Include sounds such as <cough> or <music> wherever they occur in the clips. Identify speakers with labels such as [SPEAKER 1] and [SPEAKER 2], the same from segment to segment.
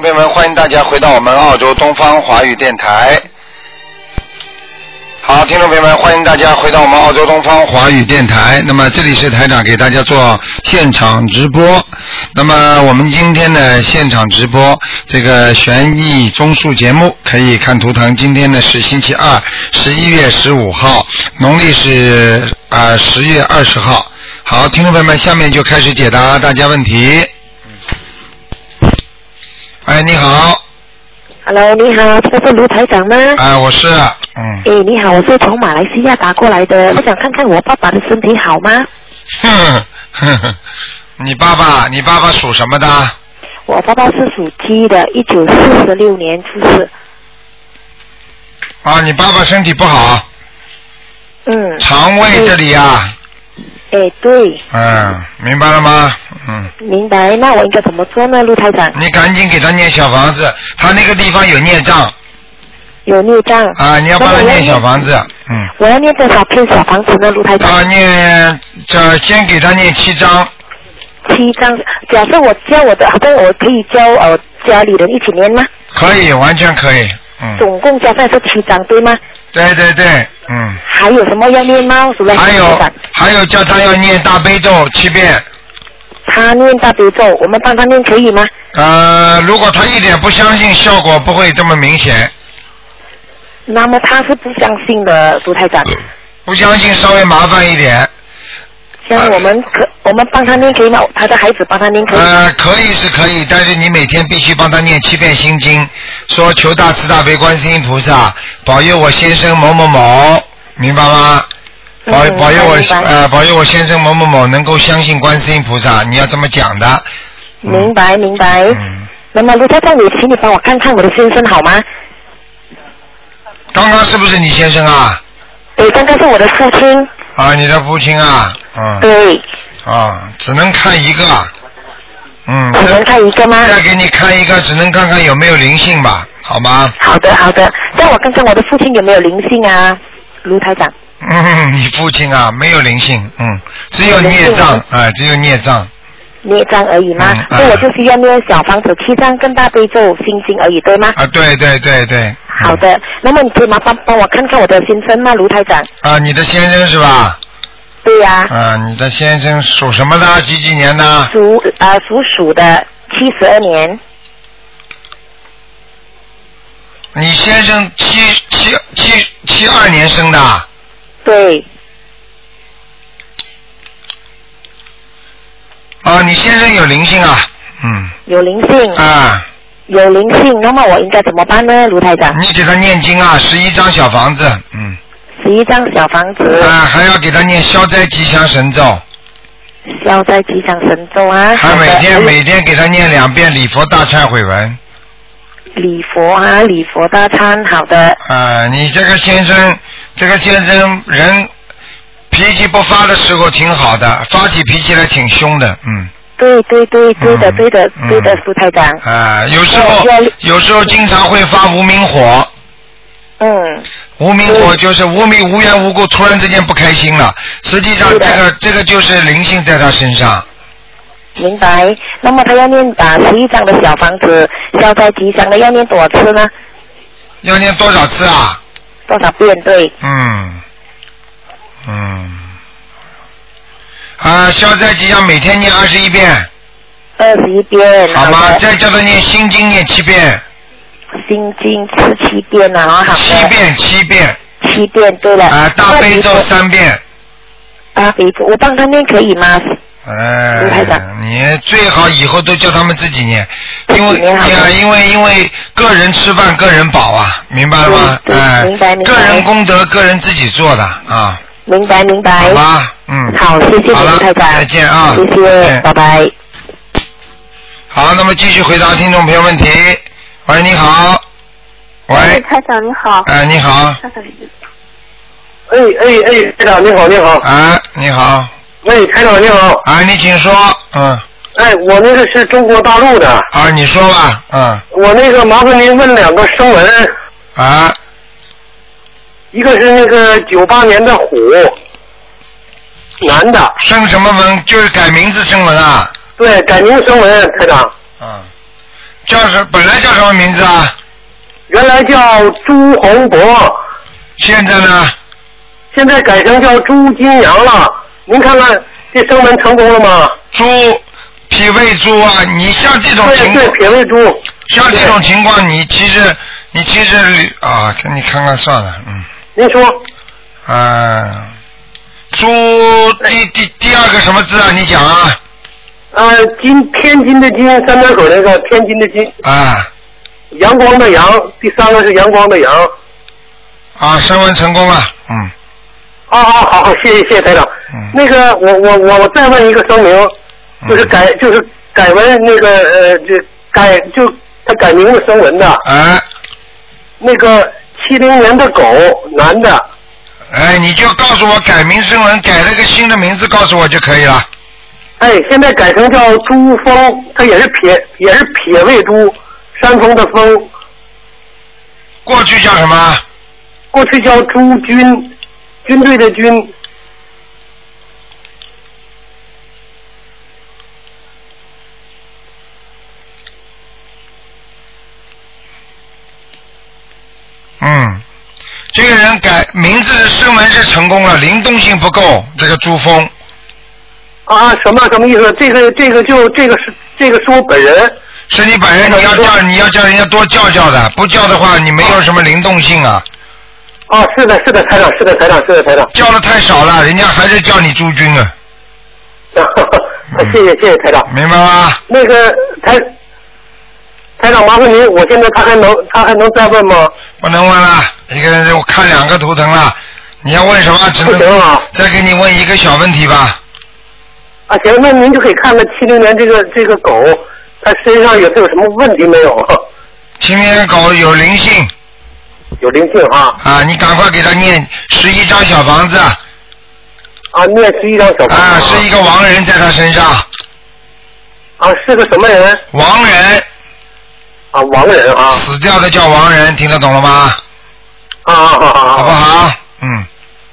[SPEAKER 1] 人们，欢迎大家回到我们澳洲东方华语电台。好，听众朋友们，欢迎大家回到我们澳洲东方华语电台。那么这里是台长给大家做现场直播。那么我们今天的现场直播这个悬疑综述节目，可以看图腾。今天呢是星期二，十一月十五号，农历是啊十、10月二十号。好，听众朋友们，下面就开始解答大家问题。哎，你好，
[SPEAKER 2] Hello，你好，这个是卢台长吗？
[SPEAKER 1] 哎，我是，嗯，
[SPEAKER 2] 哎，你好，我是从马来西亚打过来的，我想看看我爸爸的身体好吗？
[SPEAKER 1] 哼哼哼， <laughs> 你爸爸，你爸爸属什么的？
[SPEAKER 2] 我爸爸是属鸡的，一九四六年出世。
[SPEAKER 1] 啊，你爸爸身体不好，
[SPEAKER 2] 嗯，
[SPEAKER 1] 肠胃这里呀、啊，
[SPEAKER 2] 哎，对，
[SPEAKER 1] 嗯，明白了吗？嗯，
[SPEAKER 2] 明白。那我应该怎么做呢，卢台长？
[SPEAKER 1] 你赶紧给他念小房子，他那个地方有孽障
[SPEAKER 2] 有孽障
[SPEAKER 1] 啊，你要帮他念小房子，嗯，
[SPEAKER 2] 我要念多少片小房子呢，卢台长？
[SPEAKER 1] 啊，念这先给他念七章，
[SPEAKER 2] 七张。假设我教我的，好像我可以教呃家里人一起念吗？
[SPEAKER 1] 可以，完全可以，嗯，
[SPEAKER 2] 总共加起来是七张，对吗？
[SPEAKER 1] 对对对，嗯，
[SPEAKER 2] 还有什么要念吗？除了
[SPEAKER 1] 还
[SPEAKER 2] 卢台
[SPEAKER 1] 有
[SPEAKER 2] 长
[SPEAKER 1] 还有叫他要念大悲咒七遍。
[SPEAKER 2] 他念大悲咒，我们帮他念可以吗？
[SPEAKER 1] 呃，如果他一点不相信，效果不会这么明显。
[SPEAKER 2] 那么他是不相信的，卢台长。
[SPEAKER 1] 嗯不相信稍微麻烦一点，
[SPEAKER 2] 像我们可，我们帮他念可以吗？他的孩子帮他念可以吗？
[SPEAKER 1] 呃，可以是可以，但是你每天必须帮他念七遍心经，说求大慈大悲观世音菩萨保佑我先生某某某，明白吗？保
[SPEAKER 2] 嗯
[SPEAKER 1] 保佑我
[SPEAKER 2] 明白明白
[SPEAKER 1] 呃保佑我先生某某某能够相信观世音菩萨，你要这么讲的。
[SPEAKER 2] 明白明白。
[SPEAKER 1] 嗯，
[SPEAKER 2] 那么卢台长，你请你帮我看看我的先生好吗？
[SPEAKER 1] 刚刚是不是你先生啊？
[SPEAKER 2] 对，刚刚是我的父亲。
[SPEAKER 1] 啊，你的父亲啊，嗯，
[SPEAKER 2] 对，
[SPEAKER 1] 啊，只能看一个啊，嗯，
[SPEAKER 2] 只能看一个吗？
[SPEAKER 1] 再给你看一个，只能看看有没有灵性吧，好吗？
[SPEAKER 2] 好的好的，让我看看我的父亲有没有灵性啊，卢台长。
[SPEAKER 1] 嗯，你父亲啊，没有灵性，嗯，只有孽障，啊、只有孽障，
[SPEAKER 2] 孽障而已吗
[SPEAKER 1] 嗯？
[SPEAKER 2] 所以我
[SPEAKER 1] 嗯
[SPEAKER 2] 就是要念小房子七张跟大悲咒心经而已，对吗？
[SPEAKER 1] 啊，对对对对，嗯
[SPEAKER 2] 好，的，那么你可以麻烦帮我看看我的先生吗，卢台长？
[SPEAKER 1] 啊，你的先生是吧？
[SPEAKER 2] 对呀、
[SPEAKER 1] 啊，你的先生属什么的？几几年的？
[SPEAKER 2] 属啊、属鼠的，七十二年，
[SPEAKER 1] 你先生七七七七二年生的，
[SPEAKER 2] 对，
[SPEAKER 1] 啊，你先生有灵性啊，嗯，
[SPEAKER 2] 有灵性，
[SPEAKER 1] 啊，
[SPEAKER 2] 有灵性。那么我应该怎么办呢，卢台长？
[SPEAKER 1] 你给他念经啊，十一张小房子，嗯，
[SPEAKER 2] 十一张小房子，
[SPEAKER 1] 啊，还要给他念消灾吉祥神咒。
[SPEAKER 2] 消灾吉祥神咒啊，
[SPEAKER 1] 还
[SPEAKER 2] 好
[SPEAKER 1] 每
[SPEAKER 2] 的还有
[SPEAKER 1] 天每天给他念两遍礼佛大忏悔文。
[SPEAKER 2] 礼佛啊，礼佛大餐，好的，
[SPEAKER 1] 啊、你这个先生，这个先生人脾气不发的时候挺好的，发起脾气来挺凶的，嗯。
[SPEAKER 2] 对对对对的
[SPEAKER 1] 嗯
[SPEAKER 2] 对的
[SPEAKER 1] 嗯
[SPEAKER 2] 对的，卢台长，
[SPEAKER 1] 啊、有时候
[SPEAKER 2] 我要
[SPEAKER 1] 有时候经常会发无名火，
[SPEAKER 2] 嗯，
[SPEAKER 1] 无名火就是无名无缘无故突然之间不开心了，实际上
[SPEAKER 2] 是的
[SPEAKER 1] 这个这个就是灵性在他身上。
[SPEAKER 2] 明白。那么他要念啊十一张的小房子，消灾吉祥的要念多少次呢？
[SPEAKER 1] 要念多少次啊？
[SPEAKER 2] 多少遍？对，
[SPEAKER 1] 嗯，嗯，啊，消灾吉祥每天念二十一遍，
[SPEAKER 2] 二十一遍，
[SPEAKER 1] 好吗？
[SPEAKER 2] 的。
[SPEAKER 1] 再叫他念心经念七遍，
[SPEAKER 2] 心经吃七遍了啊，好的。
[SPEAKER 1] 七遍七遍，
[SPEAKER 2] 七遍，对了。
[SPEAKER 1] 啊，大悲咒
[SPEAKER 2] 那你说啊
[SPEAKER 1] 三遍，
[SPEAKER 2] 大悲咒，我帮他念可以吗？卢
[SPEAKER 1] 哎
[SPEAKER 2] 台长，
[SPEAKER 1] 你最好以后都叫他们自己念，因
[SPEAKER 2] 自
[SPEAKER 1] 为
[SPEAKER 2] 己念好
[SPEAKER 1] 呀，
[SPEAKER 2] 吗
[SPEAKER 1] 因为因为个人吃饭个人饱啊，明白了吗？
[SPEAKER 2] 对对
[SPEAKER 1] 哎
[SPEAKER 2] 嗯明白，明白
[SPEAKER 1] 个人功德个人自己做的啊，
[SPEAKER 2] 明白，明
[SPEAKER 1] 好
[SPEAKER 2] 白。
[SPEAKER 1] 吧，嗯，
[SPEAKER 2] 好，谢谢
[SPEAKER 1] 好
[SPEAKER 2] 你，
[SPEAKER 1] 了
[SPEAKER 2] 卢台长。
[SPEAKER 1] 再见啊
[SPEAKER 2] 谢
[SPEAKER 1] 再
[SPEAKER 2] 谢
[SPEAKER 1] 见，
[SPEAKER 2] 拜拜。
[SPEAKER 1] 好，那么继续回答听众朋友问题。喂，你好。
[SPEAKER 3] 哎
[SPEAKER 1] 喂，
[SPEAKER 4] 台长你好。
[SPEAKER 1] 哎、你好，
[SPEAKER 4] 台长你
[SPEAKER 5] 哎哎哎，台长你好，你好，
[SPEAKER 1] 啊，你好，
[SPEAKER 5] 喂，台长你好，
[SPEAKER 1] 啊，你请说，嗯，
[SPEAKER 5] 哎，我那个是中国大陆的，
[SPEAKER 1] 啊，你说吧，嗯，
[SPEAKER 5] 我那个麻烦您问两个声纹，
[SPEAKER 1] 啊，
[SPEAKER 5] 一个是那个九八年的虎，男的，
[SPEAKER 1] 生什么文？就是改名字生文啊，
[SPEAKER 5] 对，改名声纹，台长，
[SPEAKER 1] 嗯，叫什本来叫什么名字啊？
[SPEAKER 4] 原来叫朱洪博，
[SPEAKER 1] 现在呢？
[SPEAKER 4] 现在改成叫朱金阳了。您看看这升门成功了吗？
[SPEAKER 1] 猪，脾胃猪啊！你像这种情
[SPEAKER 4] 对对，撇位猪。
[SPEAKER 1] 像这种情况，你其实你其实啊，给你看看算了，嗯
[SPEAKER 4] 您说
[SPEAKER 1] 啊，猪第第第二个什么字啊？你讲啊
[SPEAKER 4] 呃，金天津的金，三点水那个天津的金，
[SPEAKER 1] 啊
[SPEAKER 4] 阳光的阳，第三个是阳光的阳。
[SPEAKER 1] 啊！升温成功了，嗯
[SPEAKER 4] 好好好，好，谢谢谢谢台长。
[SPEAKER 1] 嗯
[SPEAKER 4] 那个，我我我我再问一个声明，
[SPEAKER 1] 嗯
[SPEAKER 4] 就是改就是改文那个呃，这改就他改名字声文的
[SPEAKER 1] 哎
[SPEAKER 4] 那个七零年的狗男的，
[SPEAKER 1] 哎，你就告诉我改名声文，改了个新的名字，告诉我就可以了。
[SPEAKER 4] 哎，现在改成叫朱峰，他也是撇也是撇位朱，山峰的峰，
[SPEAKER 1] 过去叫什么？
[SPEAKER 4] 过去叫朱军，军队的军，
[SPEAKER 1] 嗯，这个人改名字声纹是成功了，灵动性不够，这个珠峰。
[SPEAKER 4] 啊，什么什么意思？这个这个就这个是这个是我本人。
[SPEAKER 1] 是你本人，你要叫你要叫人家多叫叫的，不叫的话你没有什么灵动性啊，
[SPEAKER 4] 啊，是的，是的，台长，是的，台长，是的，台长。
[SPEAKER 1] 叫的太少了，人家还是叫你朱军啊，
[SPEAKER 4] 啊谢谢谢谢台长。
[SPEAKER 1] 嗯明白吗？
[SPEAKER 4] 那个台台长，麻烦您，我现在他还能他还能再问吗？
[SPEAKER 1] 不能问了，一个人我看两个图腾了，你要问什么只
[SPEAKER 4] 不行
[SPEAKER 1] 能
[SPEAKER 4] 啊
[SPEAKER 1] 再给你问一个小问题吧。
[SPEAKER 4] 啊，行，那您就可以看看七零年这个这个狗，它身上有它有什么问题没
[SPEAKER 1] <laughs>
[SPEAKER 4] 有？
[SPEAKER 1] 青年狗有灵性
[SPEAKER 4] 有灵性啊
[SPEAKER 1] 啊，你赶快给他念十一张小房子啊，
[SPEAKER 4] 啊，念十一张小房子
[SPEAKER 1] 是一个亡人在他身上，
[SPEAKER 4] 啊，是个什么人
[SPEAKER 1] 亡人
[SPEAKER 4] 啊？亡人啊
[SPEAKER 1] 死掉的叫亡人，听得懂了吗？
[SPEAKER 4] 啊啊啊啊！
[SPEAKER 1] 好不好？嗯，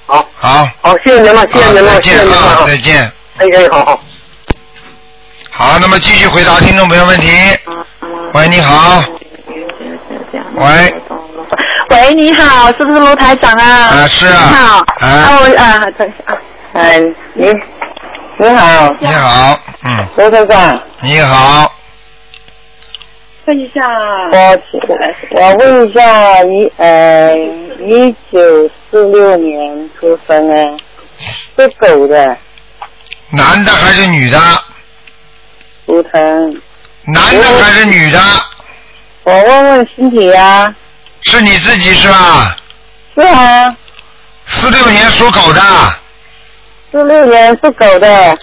[SPEAKER 4] 好，
[SPEAKER 1] 好，
[SPEAKER 4] 好，谢谢您了，谢谢
[SPEAKER 1] 啊
[SPEAKER 4] 您
[SPEAKER 1] 再
[SPEAKER 4] 了，谢谢
[SPEAKER 1] 见
[SPEAKER 4] 您了
[SPEAKER 1] 啊，
[SPEAKER 4] 啊！
[SPEAKER 1] 再见。
[SPEAKER 4] 哎哎，好好。
[SPEAKER 1] 好，那么继续回答听众朋友问题。喂，你好，喂，
[SPEAKER 6] 喂，你好，是不是卢台长啊？
[SPEAKER 1] 啊是啊
[SPEAKER 6] 你好，
[SPEAKER 1] 啊
[SPEAKER 6] 我啊，等一下啊，
[SPEAKER 2] 嗯，你你好，
[SPEAKER 1] 你好，嗯，
[SPEAKER 2] 刘先生，
[SPEAKER 1] 你好，
[SPEAKER 6] 问一下，
[SPEAKER 2] 啊我我问一下一呃一九四六年出生的，是狗的
[SPEAKER 1] 男的还是女的？
[SPEAKER 2] 图腾，
[SPEAKER 1] 男的还是女的？
[SPEAKER 2] 我问问身体啊，
[SPEAKER 1] 是你自己是吧？
[SPEAKER 2] 是啊，
[SPEAKER 1] 四六年属狗的，
[SPEAKER 2] 四六年是狗的，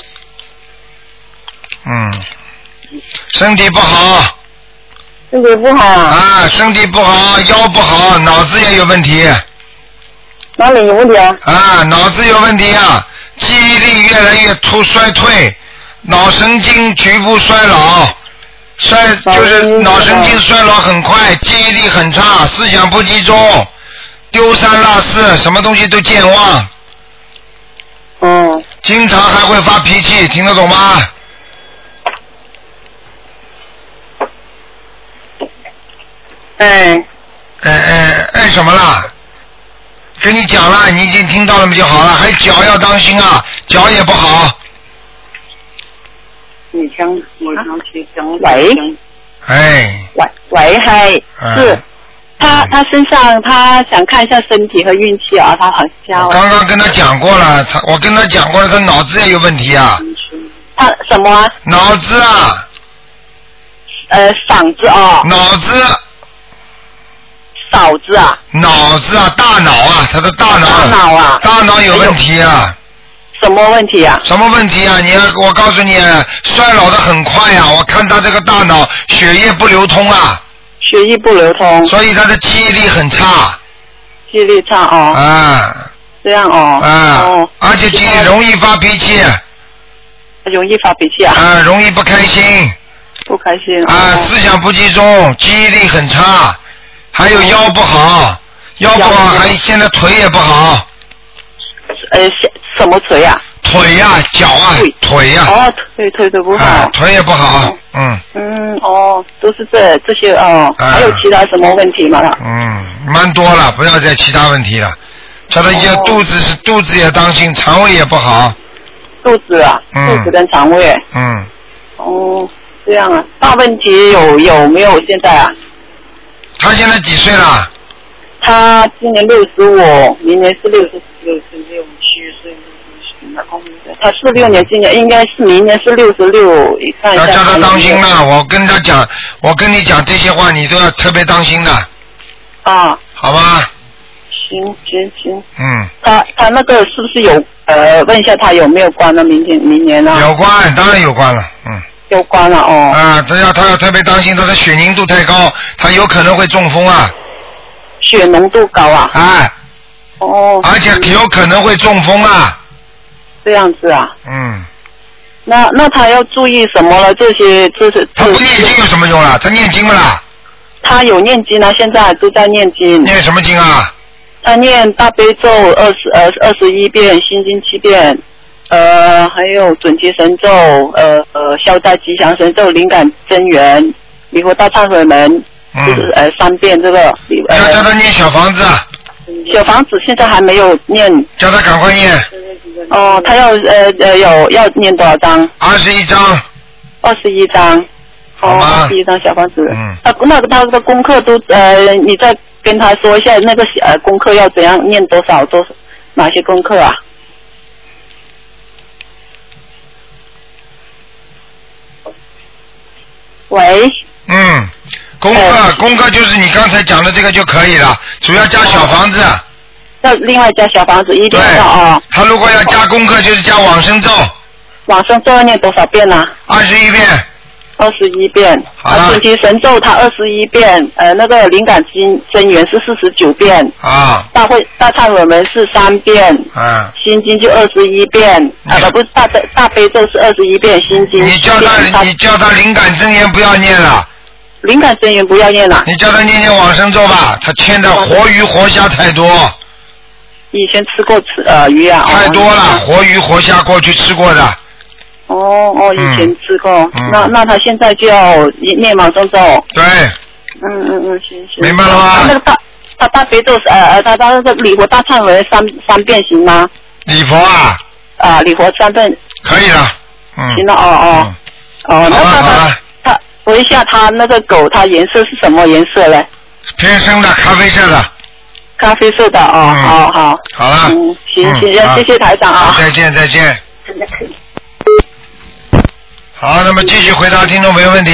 [SPEAKER 1] 嗯，身体不好
[SPEAKER 2] 身体不好，
[SPEAKER 1] 啊，身体不好，腰不好，脑子也有问题
[SPEAKER 2] 哪里有问题啊？
[SPEAKER 1] 啊，脑子有问题啊，记忆力越来越突衰退，脑神经局部衰老。衰就是脑神经衰老很快，记忆力很差，思想不集中，丢三落四，什么东西都健忘，
[SPEAKER 2] 嗯，
[SPEAKER 1] 经常还会发脾气，听得懂吗？
[SPEAKER 2] 哎，
[SPEAKER 1] 哎哎哎什么啦？跟你讲了，你已经听到了就好了。还有脚要当心啊，脚也不好。
[SPEAKER 2] 你听，我想去讲，喂
[SPEAKER 1] 哎，
[SPEAKER 6] 喂喂，嗨，
[SPEAKER 1] 嗯
[SPEAKER 6] 是，他他身上他想看一下身体和运气啊，他好像
[SPEAKER 1] 我刚刚跟他讲过了，他我跟他讲过了，他脑子也有问题啊，
[SPEAKER 6] 他什么啊
[SPEAKER 1] 脑子啊，
[SPEAKER 6] 呃嗓子哦，
[SPEAKER 1] 脑子。
[SPEAKER 6] 嫂子啊，
[SPEAKER 1] 脑子啊，大脑啊，他的大脑，
[SPEAKER 6] 大脑啊
[SPEAKER 1] 大脑有问题啊，
[SPEAKER 6] 什么问题啊？
[SPEAKER 1] 什么问题啊？你我告诉你，啊衰老的很快啊，我看他这个大脑血液不流通啊，
[SPEAKER 6] 血液不流通，
[SPEAKER 1] 所以他的记忆力很差
[SPEAKER 6] 记忆力差哦，
[SPEAKER 1] 啊
[SPEAKER 6] 这样哦，
[SPEAKER 1] 啊
[SPEAKER 6] 哦，，
[SPEAKER 1] 而且记忆容易发脾气
[SPEAKER 6] 容易发脾气啊，
[SPEAKER 1] 啊，容易不开心
[SPEAKER 6] 不开心哦
[SPEAKER 1] 啊，思想不集中，记忆力很差，还有腰不好，腰不好，还现在腿也不好，
[SPEAKER 6] 哎呃，什什么锤啊？
[SPEAKER 1] 腿呀、脚啊、腿呀、
[SPEAKER 4] 哦，腿腿腿不
[SPEAKER 1] 啊
[SPEAKER 4] 好，，
[SPEAKER 1] 腿也不好，嗯
[SPEAKER 4] 嗯，哦，都是这这些哦，
[SPEAKER 1] 啊
[SPEAKER 4] 还有其他什么问题吗？
[SPEAKER 1] 嗯，蛮多了，不要再其他问题了。叫他要
[SPEAKER 4] 哦
[SPEAKER 1] 肚子是肚子也当心，肠胃也不好，
[SPEAKER 4] 肚子啊，
[SPEAKER 1] 嗯
[SPEAKER 4] 肚子跟肠胃，
[SPEAKER 1] 嗯，
[SPEAKER 4] 哦，这样啊，大问题有有没有现在啊？
[SPEAKER 1] 他现在几岁了？
[SPEAKER 4] 他今年六十五，明年是六十六十六虚岁。他四六年，今年应该是明年是六十六，你看一
[SPEAKER 1] 要
[SPEAKER 4] 下。
[SPEAKER 1] 叫他当心了，我跟他讲，我跟你讲这些话，你都要特别当心的，
[SPEAKER 4] 啊，
[SPEAKER 1] 好吗？
[SPEAKER 4] 行行行，
[SPEAKER 1] 嗯，
[SPEAKER 4] 他他那个是不是有呃？问一下他有没有关呢？明天明年啊呢？
[SPEAKER 1] 有关，当然有关了，嗯。
[SPEAKER 4] 有关了哦。
[SPEAKER 1] 啊，他要他要特别当心，他的血凝度太高，他有可能会中风啊，
[SPEAKER 4] 血浓度高啊。
[SPEAKER 1] 哎，
[SPEAKER 4] 哦。
[SPEAKER 1] 而且有可能会中风啊，
[SPEAKER 4] 这样子啊，
[SPEAKER 1] 嗯，
[SPEAKER 4] 那那他要注意什么了？这些这是
[SPEAKER 1] 他不念经有什么用啦？他念经不啦？
[SPEAKER 4] 他有念经啊，现在都在念经。
[SPEAKER 1] 念什么经啊？
[SPEAKER 4] 他念大悲咒二十呃二十一遍，心经七遍，呃，还有准提神咒，呃呃，消灾吉祥神咒，灵感真源，弥佛大忏悔文，就是
[SPEAKER 1] 嗯，
[SPEAKER 4] 呃三遍这个。
[SPEAKER 1] 要叫
[SPEAKER 4] 呃，
[SPEAKER 1] 他念小房子，啊，
[SPEAKER 4] 小房子现在还没有念
[SPEAKER 1] 叫他赶快念
[SPEAKER 4] 哦，他要呃呃有要念多少张？
[SPEAKER 1] 二十一章，
[SPEAKER 4] 二十一张。哦
[SPEAKER 1] 好，吗
[SPEAKER 4] 二十一张小房子。
[SPEAKER 1] 嗯
[SPEAKER 4] 他那个他的功课都呃，你再跟他说一下那个呃功课要怎样念多少多哪些功课啊？喂，
[SPEAKER 1] 嗯，功课
[SPEAKER 4] 哎
[SPEAKER 1] 功课就是你刚才讲的这个就可以了，主要加小房子，
[SPEAKER 4] 要另外加小房子一定
[SPEAKER 1] 对
[SPEAKER 4] 要啊、哦，，
[SPEAKER 1] 他如果要加功课就是加往生咒
[SPEAKER 4] 往上都要念多少遍呢、
[SPEAKER 1] 二十一遍，
[SPEAKER 4] 二十一遍，
[SPEAKER 1] 好了
[SPEAKER 4] 啊准提神咒他二十一遍，呃，那个灵感真真源是四十九遍，
[SPEAKER 1] 啊，
[SPEAKER 4] 大会大忏悔文是三遍，
[SPEAKER 1] 嗯。
[SPEAKER 4] 心经就二十一遍，啊
[SPEAKER 1] 嗯
[SPEAKER 4] 不不是大悲大悲咒是二十一遍，心经
[SPEAKER 1] 你叫
[SPEAKER 4] 七遍
[SPEAKER 1] 他，你叫他灵感真言不要念了，
[SPEAKER 4] 灵感真言不要念了，
[SPEAKER 1] 你叫他念念往生咒吧。他欠的活鱼活虾太多，
[SPEAKER 4] 啊以前吃过吃呃鱼啊，哦
[SPEAKER 1] 太多了，。活鱼活虾过去吃过的，
[SPEAKER 4] 哦哦，以前
[SPEAKER 1] 嗯
[SPEAKER 4] 吃过，
[SPEAKER 1] 嗯
[SPEAKER 4] 那那他现在就要念往生咒，
[SPEAKER 1] 对，
[SPEAKER 4] 嗯嗯嗯，行行，
[SPEAKER 1] 明白了吗
[SPEAKER 4] 他那个大他大悲咒是呃呃他他那个礼佛大忏文三三遍行吗？
[SPEAKER 1] 礼佛啊，
[SPEAKER 4] 啊，礼佛三遍
[SPEAKER 1] 可以了，嗯，
[SPEAKER 4] 行了，哦哦
[SPEAKER 1] 嗯，
[SPEAKER 4] 哦，那
[SPEAKER 1] 好了好
[SPEAKER 4] 他
[SPEAKER 1] 啊
[SPEAKER 4] 他
[SPEAKER 1] 了，
[SPEAKER 4] 他，问一下他那个狗，它颜色是什么颜色嘞？
[SPEAKER 1] 偏深的咖啡色的，
[SPEAKER 4] 咖啡色的哦，
[SPEAKER 1] 嗯
[SPEAKER 4] 好好，
[SPEAKER 1] 好了，
[SPEAKER 4] 嗯，行行，
[SPEAKER 1] 嗯
[SPEAKER 4] 要
[SPEAKER 1] 好
[SPEAKER 4] 谢谢台长啊
[SPEAKER 1] 好，。再见再见。好，那么继续回答听众朋友问题。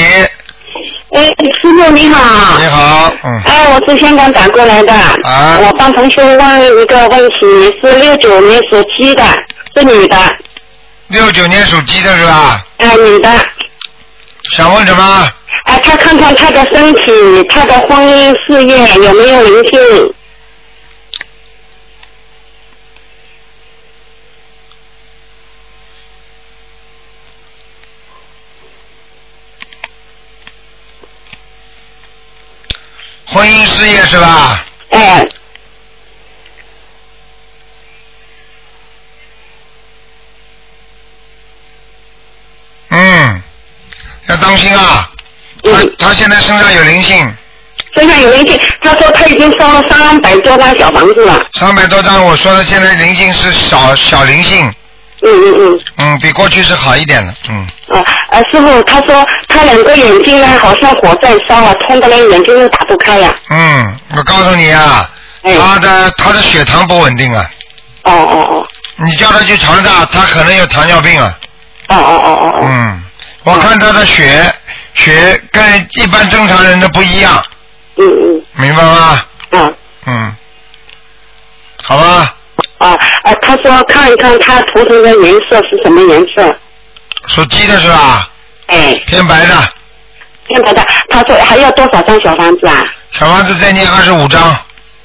[SPEAKER 7] 哎，师傅你好。
[SPEAKER 1] 你好，嗯，
[SPEAKER 7] 哎，我是香港打过来的。
[SPEAKER 1] 啊
[SPEAKER 7] 我帮同学问一个问题，是六九年属鸡的，是女的，
[SPEAKER 1] 六九年属鸡的是吧？
[SPEAKER 7] 哎，女的。
[SPEAKER 1] 想问什么？
[SPEAKER 7] 哎，她看看她的身体，她的婚姻事业有没有灵性？
[SPEAKER 1] 婚姻事业是吧？
[SPEAKER 7] 哎，
[SPEAKER 1] 嗯，要当心啊！他
[SPEAKER 7] 嗯，
[SPEAKER 1] 他现在身上有灵性，
[SPEAKER 7] 身上有灵性。她说她已经烧了三百多张小房子了。
[SPEAKER 1] 三百多张，我说的现在灵性是小小灵性，
[SPEAKER 7] 嗯嗯嗯。
[SPEAKER 1] 嗯，比过去是好一点了，嗯，
[SPEAKER 7] 哦，呃，师傅，她说她两个眼睛呢，好像火在烧啊，痛的连眼睛都打不开呀、
[SPEAKER 1] 嗯，我告诉你啊，
[SPEAKER 7] 哎，
[SPEAKER 1] 他的他的血糖不稳定啊，
[SPEAKER 7] 哦哦
[SPEAKER 1] 你叫他去查查，他可能有糖尿病啊，
[SPEAKER 7] 哦，哦哦哦哦哦。
[SPEAKER 1] 嗯，我看他的血血跟一般正常人的不一样，
[SPEAKER 7] 嗯嗯
[SPEAKER 1] 明白吗？
[SPEAKER 7] 啊
[SPEAKER 1] 嗯，好吧，
[SPEAKER 7] 啊啊！他说看一看他图腾的颜色是什么颜色？
[SPEAKER 1] 属鸡的是吧？
[SPEAKER 7] 哎，
[SPEAKER 1] 偏白的，
[SPEAKER 7] 看他的，他说还要多少张小房子啊？
[SPEAKER 1] 小房子再念二十五章，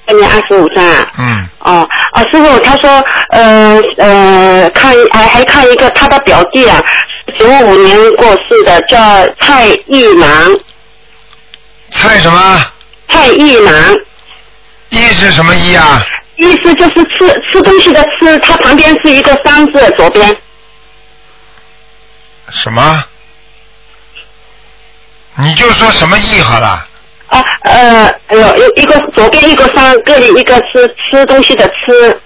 [SPEAKER 7] 今年二十五张啊。
[SPEAKER 1] 嗯，
[SPEAKER 7] 哦啊，师傅，他说呃呃，看还还看一个他的表弟啊，九五年过世的叫蔡玉郎，
[SPEAKER 1] 蔡什么？
[SPEAKER 7] 蔡玉郎，
[SPEAKER 1] 一是什么一啊？
[SPEAKER 7] 意思就是吃吃东西的吃，它旁边是一个山字，左边
[SPEAKER 1] 什么？你就说什么意好了？
[SPEAKER 7] 啊呃有有一个左边一个山，这里一个是吃东西的吃，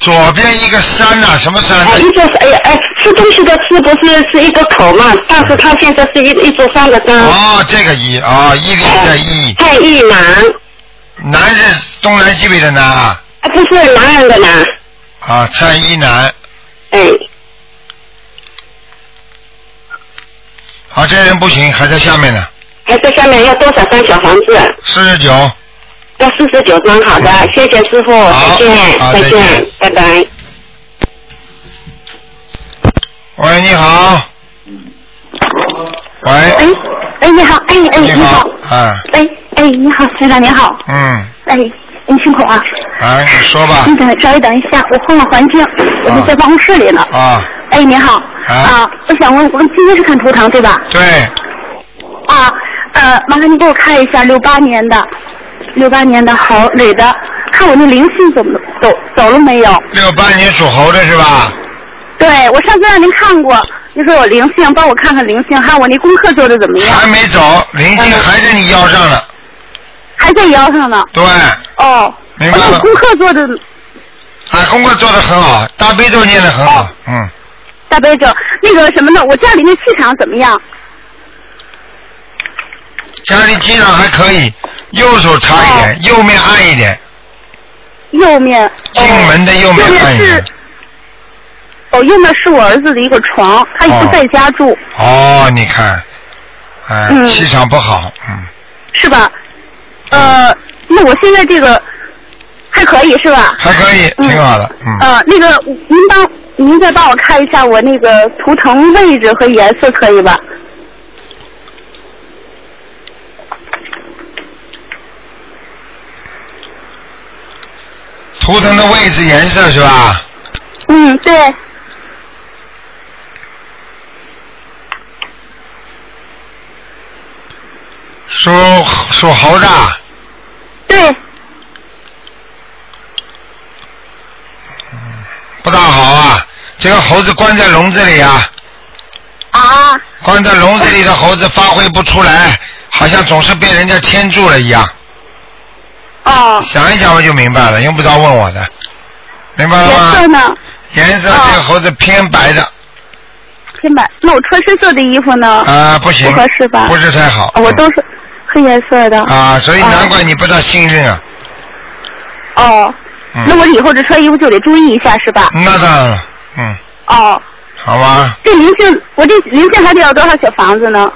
[SPEAKER 1] 左边一个山呐、什么山？
[SPEAKER 7] 啊一座哎哎吃东西的吃不是是一个口嘛，但是它现在是一一座山的山，
[SPEAKER 1] 哦，这个意哦，毅力的毅，
[SPEAKER 7] 太易南
[SPEAKER 1] 南是东南西北的南啊，
[SPEAKER 7] 啊不是男人的男，
[SPEAKER 1] 啊，蔡一南。
[SPEAKER 7] 哎
[SPEAKER 1] 好，这人不行，还在下面呢，
[SPEAKER 7] 还在下面要多少张小房子？
[SPEAKER 1] 四十九。
[SPEAKER 7] 要四十九张，好的，谢谢师傅，再
[SPEAKER 1] 好
[SPEAKER 7] 见，
[SPEAKER 1] 好
[SPEAKER 7] 再
[SPEAKER 1] 再
[SPEAKER 7] 见
[SPEAKER 1] 见，
[SPEAKER 7] 拜拜。
[SPEAKER 1] 喂，你好。
[SPEAKER 3] 哎
[SPEAKER 1] 喂，
[SPEAKER 3] 哎，你好，哎哎，
[SPEAKER 1] 你
[SPEAKER 3] 你好，
[SPEAKER 1] 啊，
[SPEAKER 3] 哎哎，你好，先生你好，
[SPEAKER 1] 嗯，
[SPEAKER 3] 哎，您辛苦啊，
[SPEAKER 1] 啊，你说吧
[SPEAKER 3] 你，等稍微等一下，我换换环境，我就在办公室里呢。
[SPEAKER 1] 啊，
[SPEAKER 3] 哎，你好，啊，我想问，我们今天是看图腾对吧？
[SPEAKER 1] 对，
[SPEAKER 3] 啊，呃，麻烦您给我看一下六八年的，六八年的猴女的，看我那灵性怎么走走了没有？
[SPEAKER 1] 六八年属猴的是吧？
[SPEAKER 3] 对我上次让您看过，您说有灵性，帮我看看灵性，还有我那功课做的怎么样？
[SPEAKER 1] 还没走，灵性
[SPEAKER 7] 嗯
[SPEAKER 1] 还在你腰上呢，
[SPEAKER 3] 还在腰上呢。
[SPEAKER 1] 对，
[SPEAKER 3] 哦，
[SPEAKER 1] 明白
[SPEAKER 3] 我
[SPEAKER 1] 了
[SPEAKER 7] 嗯
[SPEAKER 3] 那功课做的
[SPEAKER 1] 啊，功课做得很好，大悲咒念得很好，嗯，
[SPEAKER 3] 大悲咒，那个什么呢？我家里那气场怎么样？
[SPEAKER 1] 家里气场还可以，右手差一
[SPEAKER 3] 哦
[SPEAKER 1] 点，右面暗一点，
[SPEAKER 3] 右面。
[SPEAKER 1] 进门的右
[SPEAKER 3] 右
[SPEAKER 1] 面暗
[SPEAKER 3] 面
[SPEAKER 1] 一
[SPEAKER 3] 是
[SPEAKER 1] 点，。
[SPEAKER 3] 哦，右面是我儿子的一个床，他一
[SPEAKER 1] 哦
[SPEAKER 3] 直在家住，
[SPEAKER 1] 哦，你看，哎，
[SPEAKER 3] 嗯
[SPEAKER 1] 气场不好，嗯，
[SPEAKER 3] 是吧？呃，那我现在这个还可以是吧？
[SPEAKER 1] 还可以，
[SPEAKER 3] 嗯
[SPEAKER 1] 挺好的，嗯，
[SPEAKER 3] 呃，那个您帮您再帮我看一下我那个图腾位置和颜色可以吧？
[SPEAKER 1] 图腾的位置颜色是吧？
[SPEAKER 3] 嗯，对，
[SPEAKER 1] 属属猴啊的，
[SPEAKER 3] 对，
[SPEAKER 1] 不大好啊！这个猴子关在笼子里啊，
[SPEAKER 3] 啊，
[SPEAKER 1] 关在笼子里的猴子发挥不出来，好像总是被人家牵住了一样。
[SPEAKER 3] 哦，
[SPEAKER 1] 想一想我就明白了，用不着问我的，明白
[SPEAKER 3] 颜
[SPEAKER 1] 了
[SPEAKER 3] 色
[SPEAKER 1] 吗？
[SPEAKER 3] 呢？
[SPEAKER 1] 颜色，
[SPEAKER 3] 哦
[SPEAKER 1] 这个猴子偏白的，
[SPEAKER 3] 先把，那我穿深色的衣服呢？
[SPEAKER 1] 啊，不行，
[SPEAKER 3] 不合适吧哦
[SPEAKER 1] 不是太好。嗯
[SPEAKER 3] 我都是黑颜色的。
[SPEAKER 1] 啊，所以难怪你不大幸运啊。
[SPEAKER 3] 哦，那
[SPEAKER 1] 嗯，
[SPEAKER 3] 我以后这穿衣服就得注意一下，是吧？
[SPEAKER 1] 那当然了，嗯，
[SPEAKER 3] 哦，
[SPEAKER 1] 好吧，
[SPEAKER 3] 这灵性，我这灵性还得要多少小房子呢？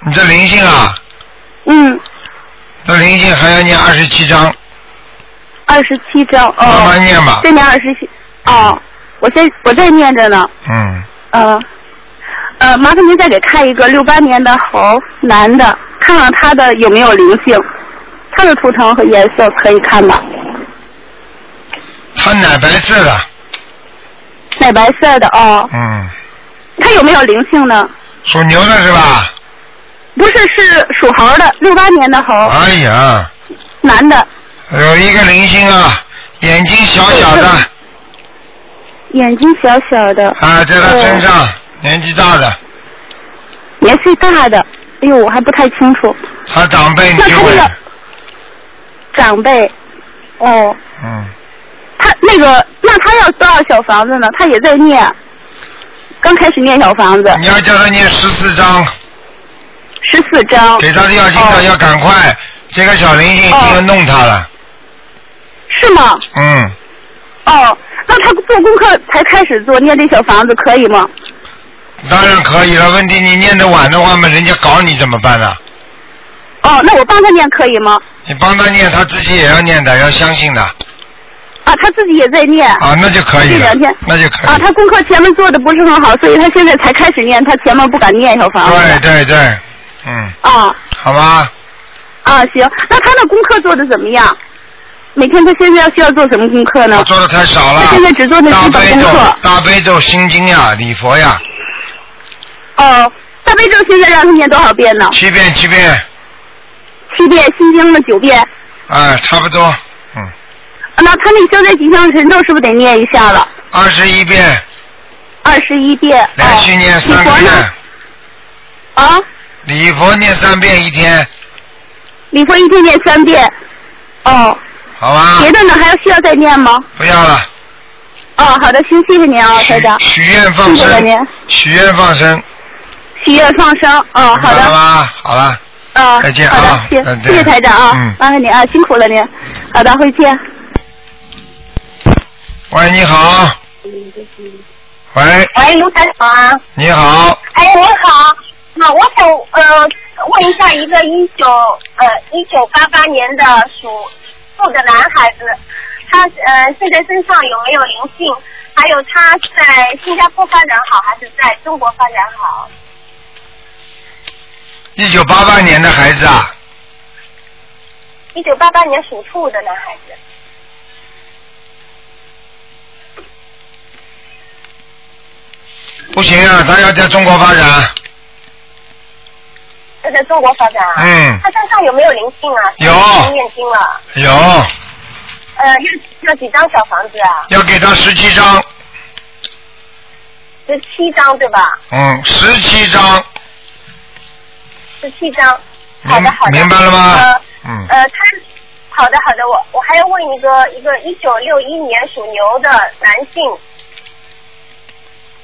[SPEAKER 1] 你这灵性啊，
[SPEAKER 3] 嗯，
[SPEAKER 1] 这灵性还要念二十七章，
[SPEAKER 3] 二十七张。
[SPEAKER 1] 慢慢
[SPEAKER 3] 哦，
[SPEAKER 1] 念吧
[SPEAKER 3] 再。念二十七。哦，我在我在念着呢。
[SPEAKER 1] 嗯，
[SPEAKER 3] 呃，呃，麻烦您再给看一个六八年的猴男的，看看他的有没有灵性，他的图腾和颜色可以看吧？
[SPEAKER 1] 他奶白色的，
[SPEAKER 3] 奶白色的哦，
[SPEAKER 1] 嗯。
[SPEAKER 3] 他有没有灵性呢？
[SPEAKER 1] 属牛的是吧？
[SPEAKER 3] 不是，是属猴的，六八年的猴，
[SPEAKER 1] 哎呀，
[SPEAKER 3] 男的，
[SPEAKER 1] 有一个灵性啊，眼睛小小的
[SPEAKER 3] 哦眼睛小小的，呃
[SPEAKER 1] 啊，在他身
[SPEAKER 3] 哦
[SPEAKER 1] 上，年纪大的，
[SPEAKER 3] 年岁大的，哎呦，我还不太清楚。
[SPEAKER 1] 他长辈你
[SPEAKER 3] 那
[SPEAKER 1] 就
[SPEAKER 3] 他这
[SPEAKER 1] 会
[SPEAKER 3] 个，长辈，哦，
[SPEAKER 1] 嗯，
[SPEAKER 3] 他那个，那他要多少小房子呢？他也在念，刚开始念小房子，
[SPEAKER 1] 你要叫他念十四章，
[SPEAKER 3] 十四章，
[SPEAKER 1] 给他的要经者
[SPEAKER 3] 哦
[SPEAKER 1] 要赶快，这个小灵性已经要弄他了，
[SPEAKER 3] 是吗？
[SPEAKER 1] 嗯，
[SPEAKER 3] 哦，那他做功课才开始做，念这小房子可以吗？
[SPEAKER 1] 当然可以了，问题你念得晚的话嘛，人家搞你怎么办呢、
[SPEAKER 3] 哦，那我帮他念可以吗？
[SPEAKER 1] 你帮他念，他自己也要念的，要相信的啊，
[SPEAKER 3] 啊，他自己也在念。
[SPEAKER 1] 那就可以
[SPEAKER 3] 这
[SPEAKER 1] 了
[SPEAKER 3] 两天，
[SPEAKER 1] 那啊就可以
[SPEAKER 3] 啊，
[SPEAKER 1] 了，
[SPEAKER 3] 他功课前面做的不是很好，所以他现在才开始念，他前面不敢念小房子。
[SPEAKER 1] 对对对，嗯，
[SPEAKER 3] 啊
[SPEAKER 1] 好吧，
[SPEAKER 3] 啊，行，那他的功课做的怎么样？每天他现在要需要做什么功课呢
[SPEAKER 1] 我？做的太少了。
[SPEAKER 3] 他现在只做那
[SPEAKER 1] 大
[SPEAKER 3] 基嗯本
[SPEAKER 1] 悲
[SPEAKER 3] 功
[SPEAKER 1] 咒
[SPEAKER 3] 课。、
[SPEAKER 1] 大悲咒、心经呀、礼佛呀，
[SPEAKER 3] 哦，大悲咒现在让他念多少遍呢？
[SPEAKER 1] 七遍七遍，
[SPEAKER 3] 七遍，心经呢九遍。啊
[SPEAKER 1] 啊，差不多，嗯，
[SPEAKER 3] 那他那消灾吉祥神咒是不是得念一下了？
[SPEAKER 1] 二十一遍，
[SPEAKER 3] 二十一遍。
[SPEAKER 1] 连续念三个
[SPEAKER 3] 哦
[SPEAKER 1] 月。
[SPEAKER 3] 啊，
[SPEAKER 1] 礼佛念三遍一天，
[SPEAKER 3] 礼佛一天念三遍。哦，
[SPEAKER 1] 好吧？
[SPEAKER 3] 别的呢还要需要再念吗？
[SPEAKER 1] 不要了，
[SPEAKER 3] 哦，好的，行，谢谢您啊，台长，
[SPEAKER 1] 许许愿放
[SPEAKER 3] 谢谢了您
[SPEAKER 1] 生，，许愿放生，
[SPEAKER 3] 喜悦放生。哦，好
[SPEAKER 1] 明白了
[SPEAKER 3] 的，
[SPEAKER 1] 吧？好了，
[SPEAKER 3] 嗯，
[SPEAKER 1] 再见啊
[SPEAKER 3] 好的，谢
[SPEAKER 1] 再见
[SPEAKER 3] 谢谢台长
[SPEAKER 1] 嗯
[SPEAKER 3] 啊，麻烦您啊，辛苦了您。好的，会见。
[SPEAKER 1] 喂，你好，
[SPEAKER 6] 嗯
[SPEAKER 1] 喂，
[SPEAKER 8] 喂，卢台长啊，
[SPEAKER 1] 你好，
[SPEAKER 8] 哎，您好，那我想呃问一下一个一九呃一九八八年的属兔的男孩子，他呃现在身上有没有灵性？还有他在新加坡发展好还是在中国发展好？
[SPEAKER 1] 一九八八年的孩子啊，
[SPEAKER 8] 一九八八年属兔的男孩子，
[SPEAKER 1] 不行啊，他要在中国发展，
[SPEAKER 8] 他在中国发展啊？
[SPEAKER 1] 嗯
[SPEAKER 8] 他身上有没有灵性啊？
[SPEAKER 1] 有
[SPEAKER 8] 他已经念经了，
[SPEAKER 1] 哎有，
[SPEAKER 8] 呃，要要几张小房子啊？
[SPEAKER 1] 要给他十七张，
[SPEAKER 8] 十七张对吧？
[SPEAKER 1] 嗯，十七张，
[SPEAKER 8] 十七张。好
[SPEAKER 1] 明
[SPEAKER 8] 的，好的。
[SPEAKER 1] 明白了吗
[SPEAKER 8] 呃？
[SPEAKER 1] 嗯，
[SPEAKER 8] 呃，他好的好的，我我还要问一个一个一九六一年属牛的男性，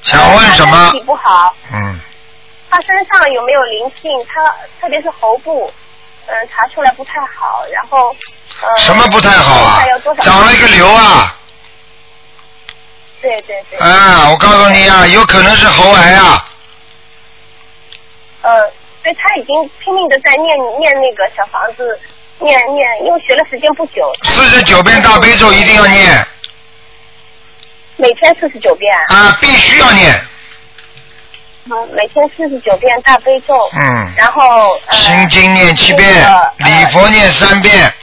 [SPEAKER 1] 想问什
[SPEAKER 8] 他
[SPEAKER 1] 么
[SPEAKER 8] 身？体不好，
[SPEAKER 1] 嗯，
[SPEAKER 8] 他身上有没有灵性？他特别是喉部，嗯、查出来不太好，然后呃，
[SPEAKER 1] 什么不太好啊
[SPEAKER 8] 还有多？少
[SPEAKER 1] 长了一个瘤啊，
[SPEAKER 8] 对对对，
[SPEAKER 1] 啊，我告诉你啊，有可能是喉癌啊，
[SPEAKER 8] 呃，所以他已经拼命的在念念那个小房子，念念，因为学了时间不久，
[SPEAKER 1] 四十九遍大悲咒一定要念
[SPEAKER 8] 每天四十九遍，
[SPEAKER 1] 啊，必须要念，
[SPEAKER 8] 嗯，每天四十九遍大悲咒，
[SPEAKER 1] 嗯，
[SPEAKER 8] 然后呃，
[SPEAKER 1] 心经念七遍
[SPEAKER 8] 那个，
[SPEAKER 1] 礼
[SPEAKER 8] 呃
[SPEAKER 1] 佛念三遍，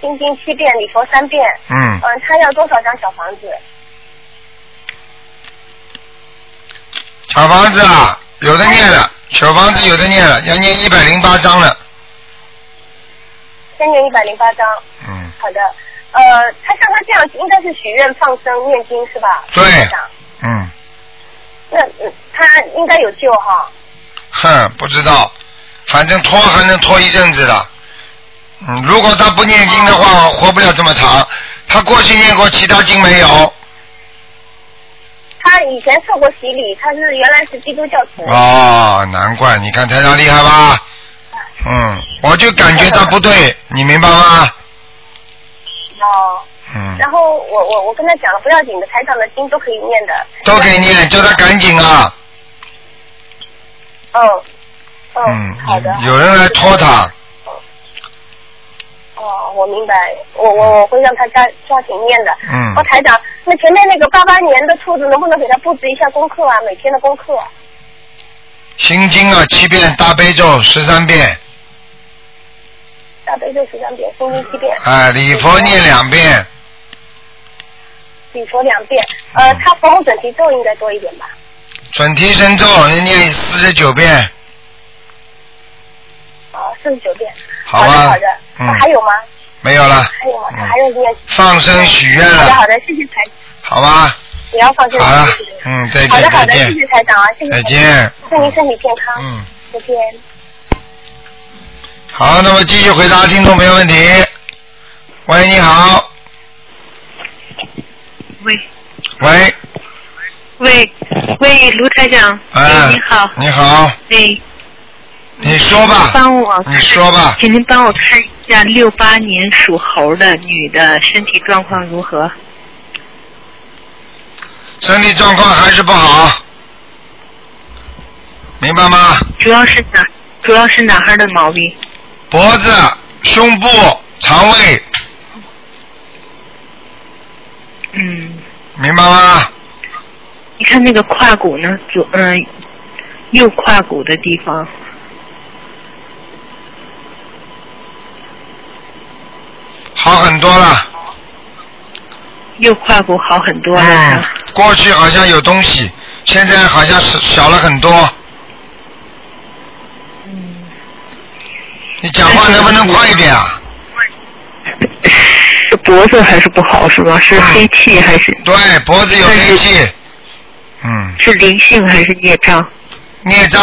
[SPEAKER 8] 心经七遍，礼佛三遍。
[SPEAKER 1] 嗯，
[SPEAKER 8] 嗯，他要多少张小房子？
[SPEAKER 1] 小房子啊，有的念了，小房子有的念了，要念一百零八章了，
[SPEAKER 8] 先念一百零八张。
[SPEAKER 1] 嗯，
[SPEAKER 8] 好的，呃，他像他这样应该是许愿放生念经是吧？
[SPEAKER 1] 对
[SPEAKER 8] 台长
[SPEAKER 1] 嗯，
[SPEAKER 8] 那嗯，他应该有救哈。
[SPEAKER 1] 哼，不知道，反正拖还能拖一阵子的。嗯，如果他不念经的话，活不了这么长。他过去念过其他经没有？
[SPEAKER 8] 他以前受过洗礼，他是原来是基督教徒。
[SPEAKER 1] 哦，难怪，你看台长厉害吧？嗯，我就感觉他不对，你明白吗？
[SPEAKER 8] 哦
[SPEAKER 1] 嗯，
[SPEAKER 8] 然后我我我跟他讲了，不要紧的，台长的经都可以念的。
[SPEAKER 1] 都给念，叫他赶紧啊。
[SPEAKER 8] 嗯。嗯
[SPEAKER 1] 嗯，
[SPEAKER 8] 好的。，
[SPEAKER 1] 有人来拖他。
[SPEAKER 8] 哦，我明白，我我我会让他加加紧念的。
[SPEAKER 1] 嗯
[SPEAKER 8] 哦，台长，那前面那个八八年的兔子，能不能给他布置一下功课啊？每天的功课。
[SPEAKER 1] 心经啊，七遍，大悲咒十三遍，
[SPEAKER 8] 大悲咒十三遍，心经七遍，
[SPEAKER 1] 啊，礼佛念两遍，
[SPEAKER 8] 礼佛两遍。
[SPEAKER 1] 嗯
[SPEAKER 8] 呃，他佛母准提咒应该多一点吧？
[SPEAKER 1] 准提神咒念四十九遍，
[SPEAKER 8] 啊，四十九遍。
[SPEAKER 1] 好
[SPEAKER 8] 的，
[SPEAKER 1] 吧
[SPEAKER 8] 好的。
[SPEAKER 1] 嗯
[SPEAKER 8] 啊还有吗？
[SPEAKER 1] 没有了。
[SPEAKER 8] 还有吗？
[SPEAKER 1] 嗯
[SPEAKER 8] 还有念。
[SPEAKER 1] 放生许愿
[SPEAKER 8] 好的，好
[SPEAKER 1] 了，
[SPEAKER 8] 的，谢谢台，
[SPEAKER 1] 好吧？
[SPEAKER 8] 你要放心。
[SPEAKER 1] 好了
[SPEAKER 8] 谢谢，
[SPEAKER 1] 嗯，再
[SPEAKER 8] 好
[SPEAKER 1] 见，
[SPEAKER 8] 的，
[SPEAKER 1] 再
[SPEAKER 8] 好的，谢
[SPEAKER 1] 见，
[SPEAKER 8] 谢台长啊，谢谢。
[SPEAKER 1] 再。见，
[SPEAKER 8] 祝您身体健康。。
[SPEAKER 1] 嗯，
[SPEAKER 8] 再见。
[SPEAKER 1] 好，那么继续回答听众朋友问题。喂，你好，
[SPEAKER 9] 喂
[SPEAKER 1] 喂，
[SPEAKER 9] 喂喂，卢台长，
[SPEAKER 1] 哎，
[SPEAKER 9] 哎，你好，
[SPEAKER 1] 你好，
[SPEAKER 9] 哎，
[SPEAKER 1] 你说吧，
[SPEAKER 9] 帮我，
[SPEAKER 1] 你说吧，
[SPEAKER 9] 请您帮我看一下六八年属猴的女的身体状况如何？
[SPEAKER 1] 身体状况还是不好，明白吗？
[SPEAKER 9] 主要是哪？主要是哪哈儿的毛病？
[SPEAKER 1] 脖子、胸部、肠胃，
[SPEAKER 9] 嗯，
[SPEAKER 1] 明白吗？
[SPEAKER 9] 你看那个胯骨呢，左嗯、右胯骨的地方，
[SPEAKER 1] 好很多了，
[SPEAKER 9] 右胯骨好很多了。
[SPEAKER 1] 嗯，过去好像有东西，现在好像是小了很多。
[SPEAKER 9] 嗯，
[SPEAKER 4] 嗯
[SPEAKER 1] 你讲话能不能快一点啊？
[SPEAKER 4] 脖子还是不好是吗？是黑气还是？
[SPEAKER 1] 嗯对，脖子有黑气。嗯。
[SPEAKER 4] 是灵性还是孽障？
[SPEAKER 1] 孽障。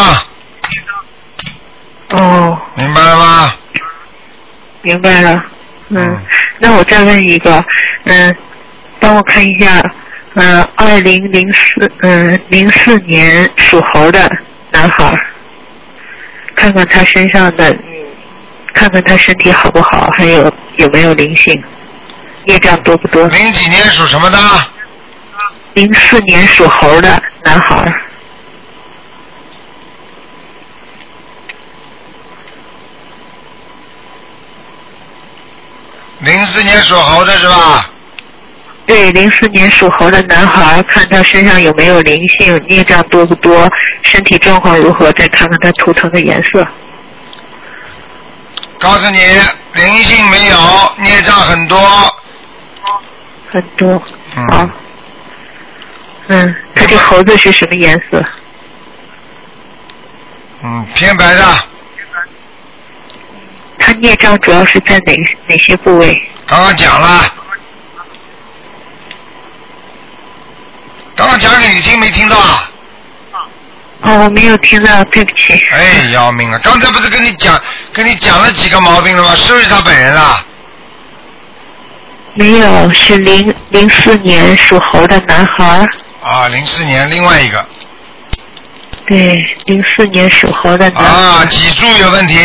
[SPEAKER 4] 哦，
[SPEAKER 1] 明白了吗？
[SPEAKER 4] 明白了。嗯，那我再问一个，嗯，帮我看一下，嗯，二零零四，嗯，零四年属猴的男孩儿，看看他身上的，嗯，看看他身体好不好，还有有没有灵性，业障多不多？
[SPEAKER 1] 零几年属什么的？
[SPEAKER 4] 零四年属猴的男孩儿，
[SPEAKER 1] 零四年属猴的是吧？
[SPEAKER 4] 对，零四年属猴的男孩儿，看他身上有没有灵性，业障多不多，身体状况如何，再看看他图腾的颜色。
[SPEAKER 1] 告诉你，灵性没有，孽障很多。
[SPEAKER 4] 很多。好。嗯，他这猴子是什么颜色？
[SPEAKER 1] 嗯，偏白的。
[SPEAKER 4] 他孽障主要是在哪哪些部位？
[SPEAKER 1] 刚刚讲了。刚刚讲给你听没听到？啊？
[SPEAKER 4] 哦，我没有听到，对不起。
[SPEAKER 1] 哎，要命了！刚才不是跟你讲，跟你讲了几个毛病了吗？是不是他本人啊啦？
[SPEAKER 4] 没有，是零零四年属猴的男孩儿。
[SPEAKER 1] 啊，零四年另外一个
[SPEAKER 4] 对，零四年属猴的男孩儿。
[SPEAKER 1] 啊，脊柱有问题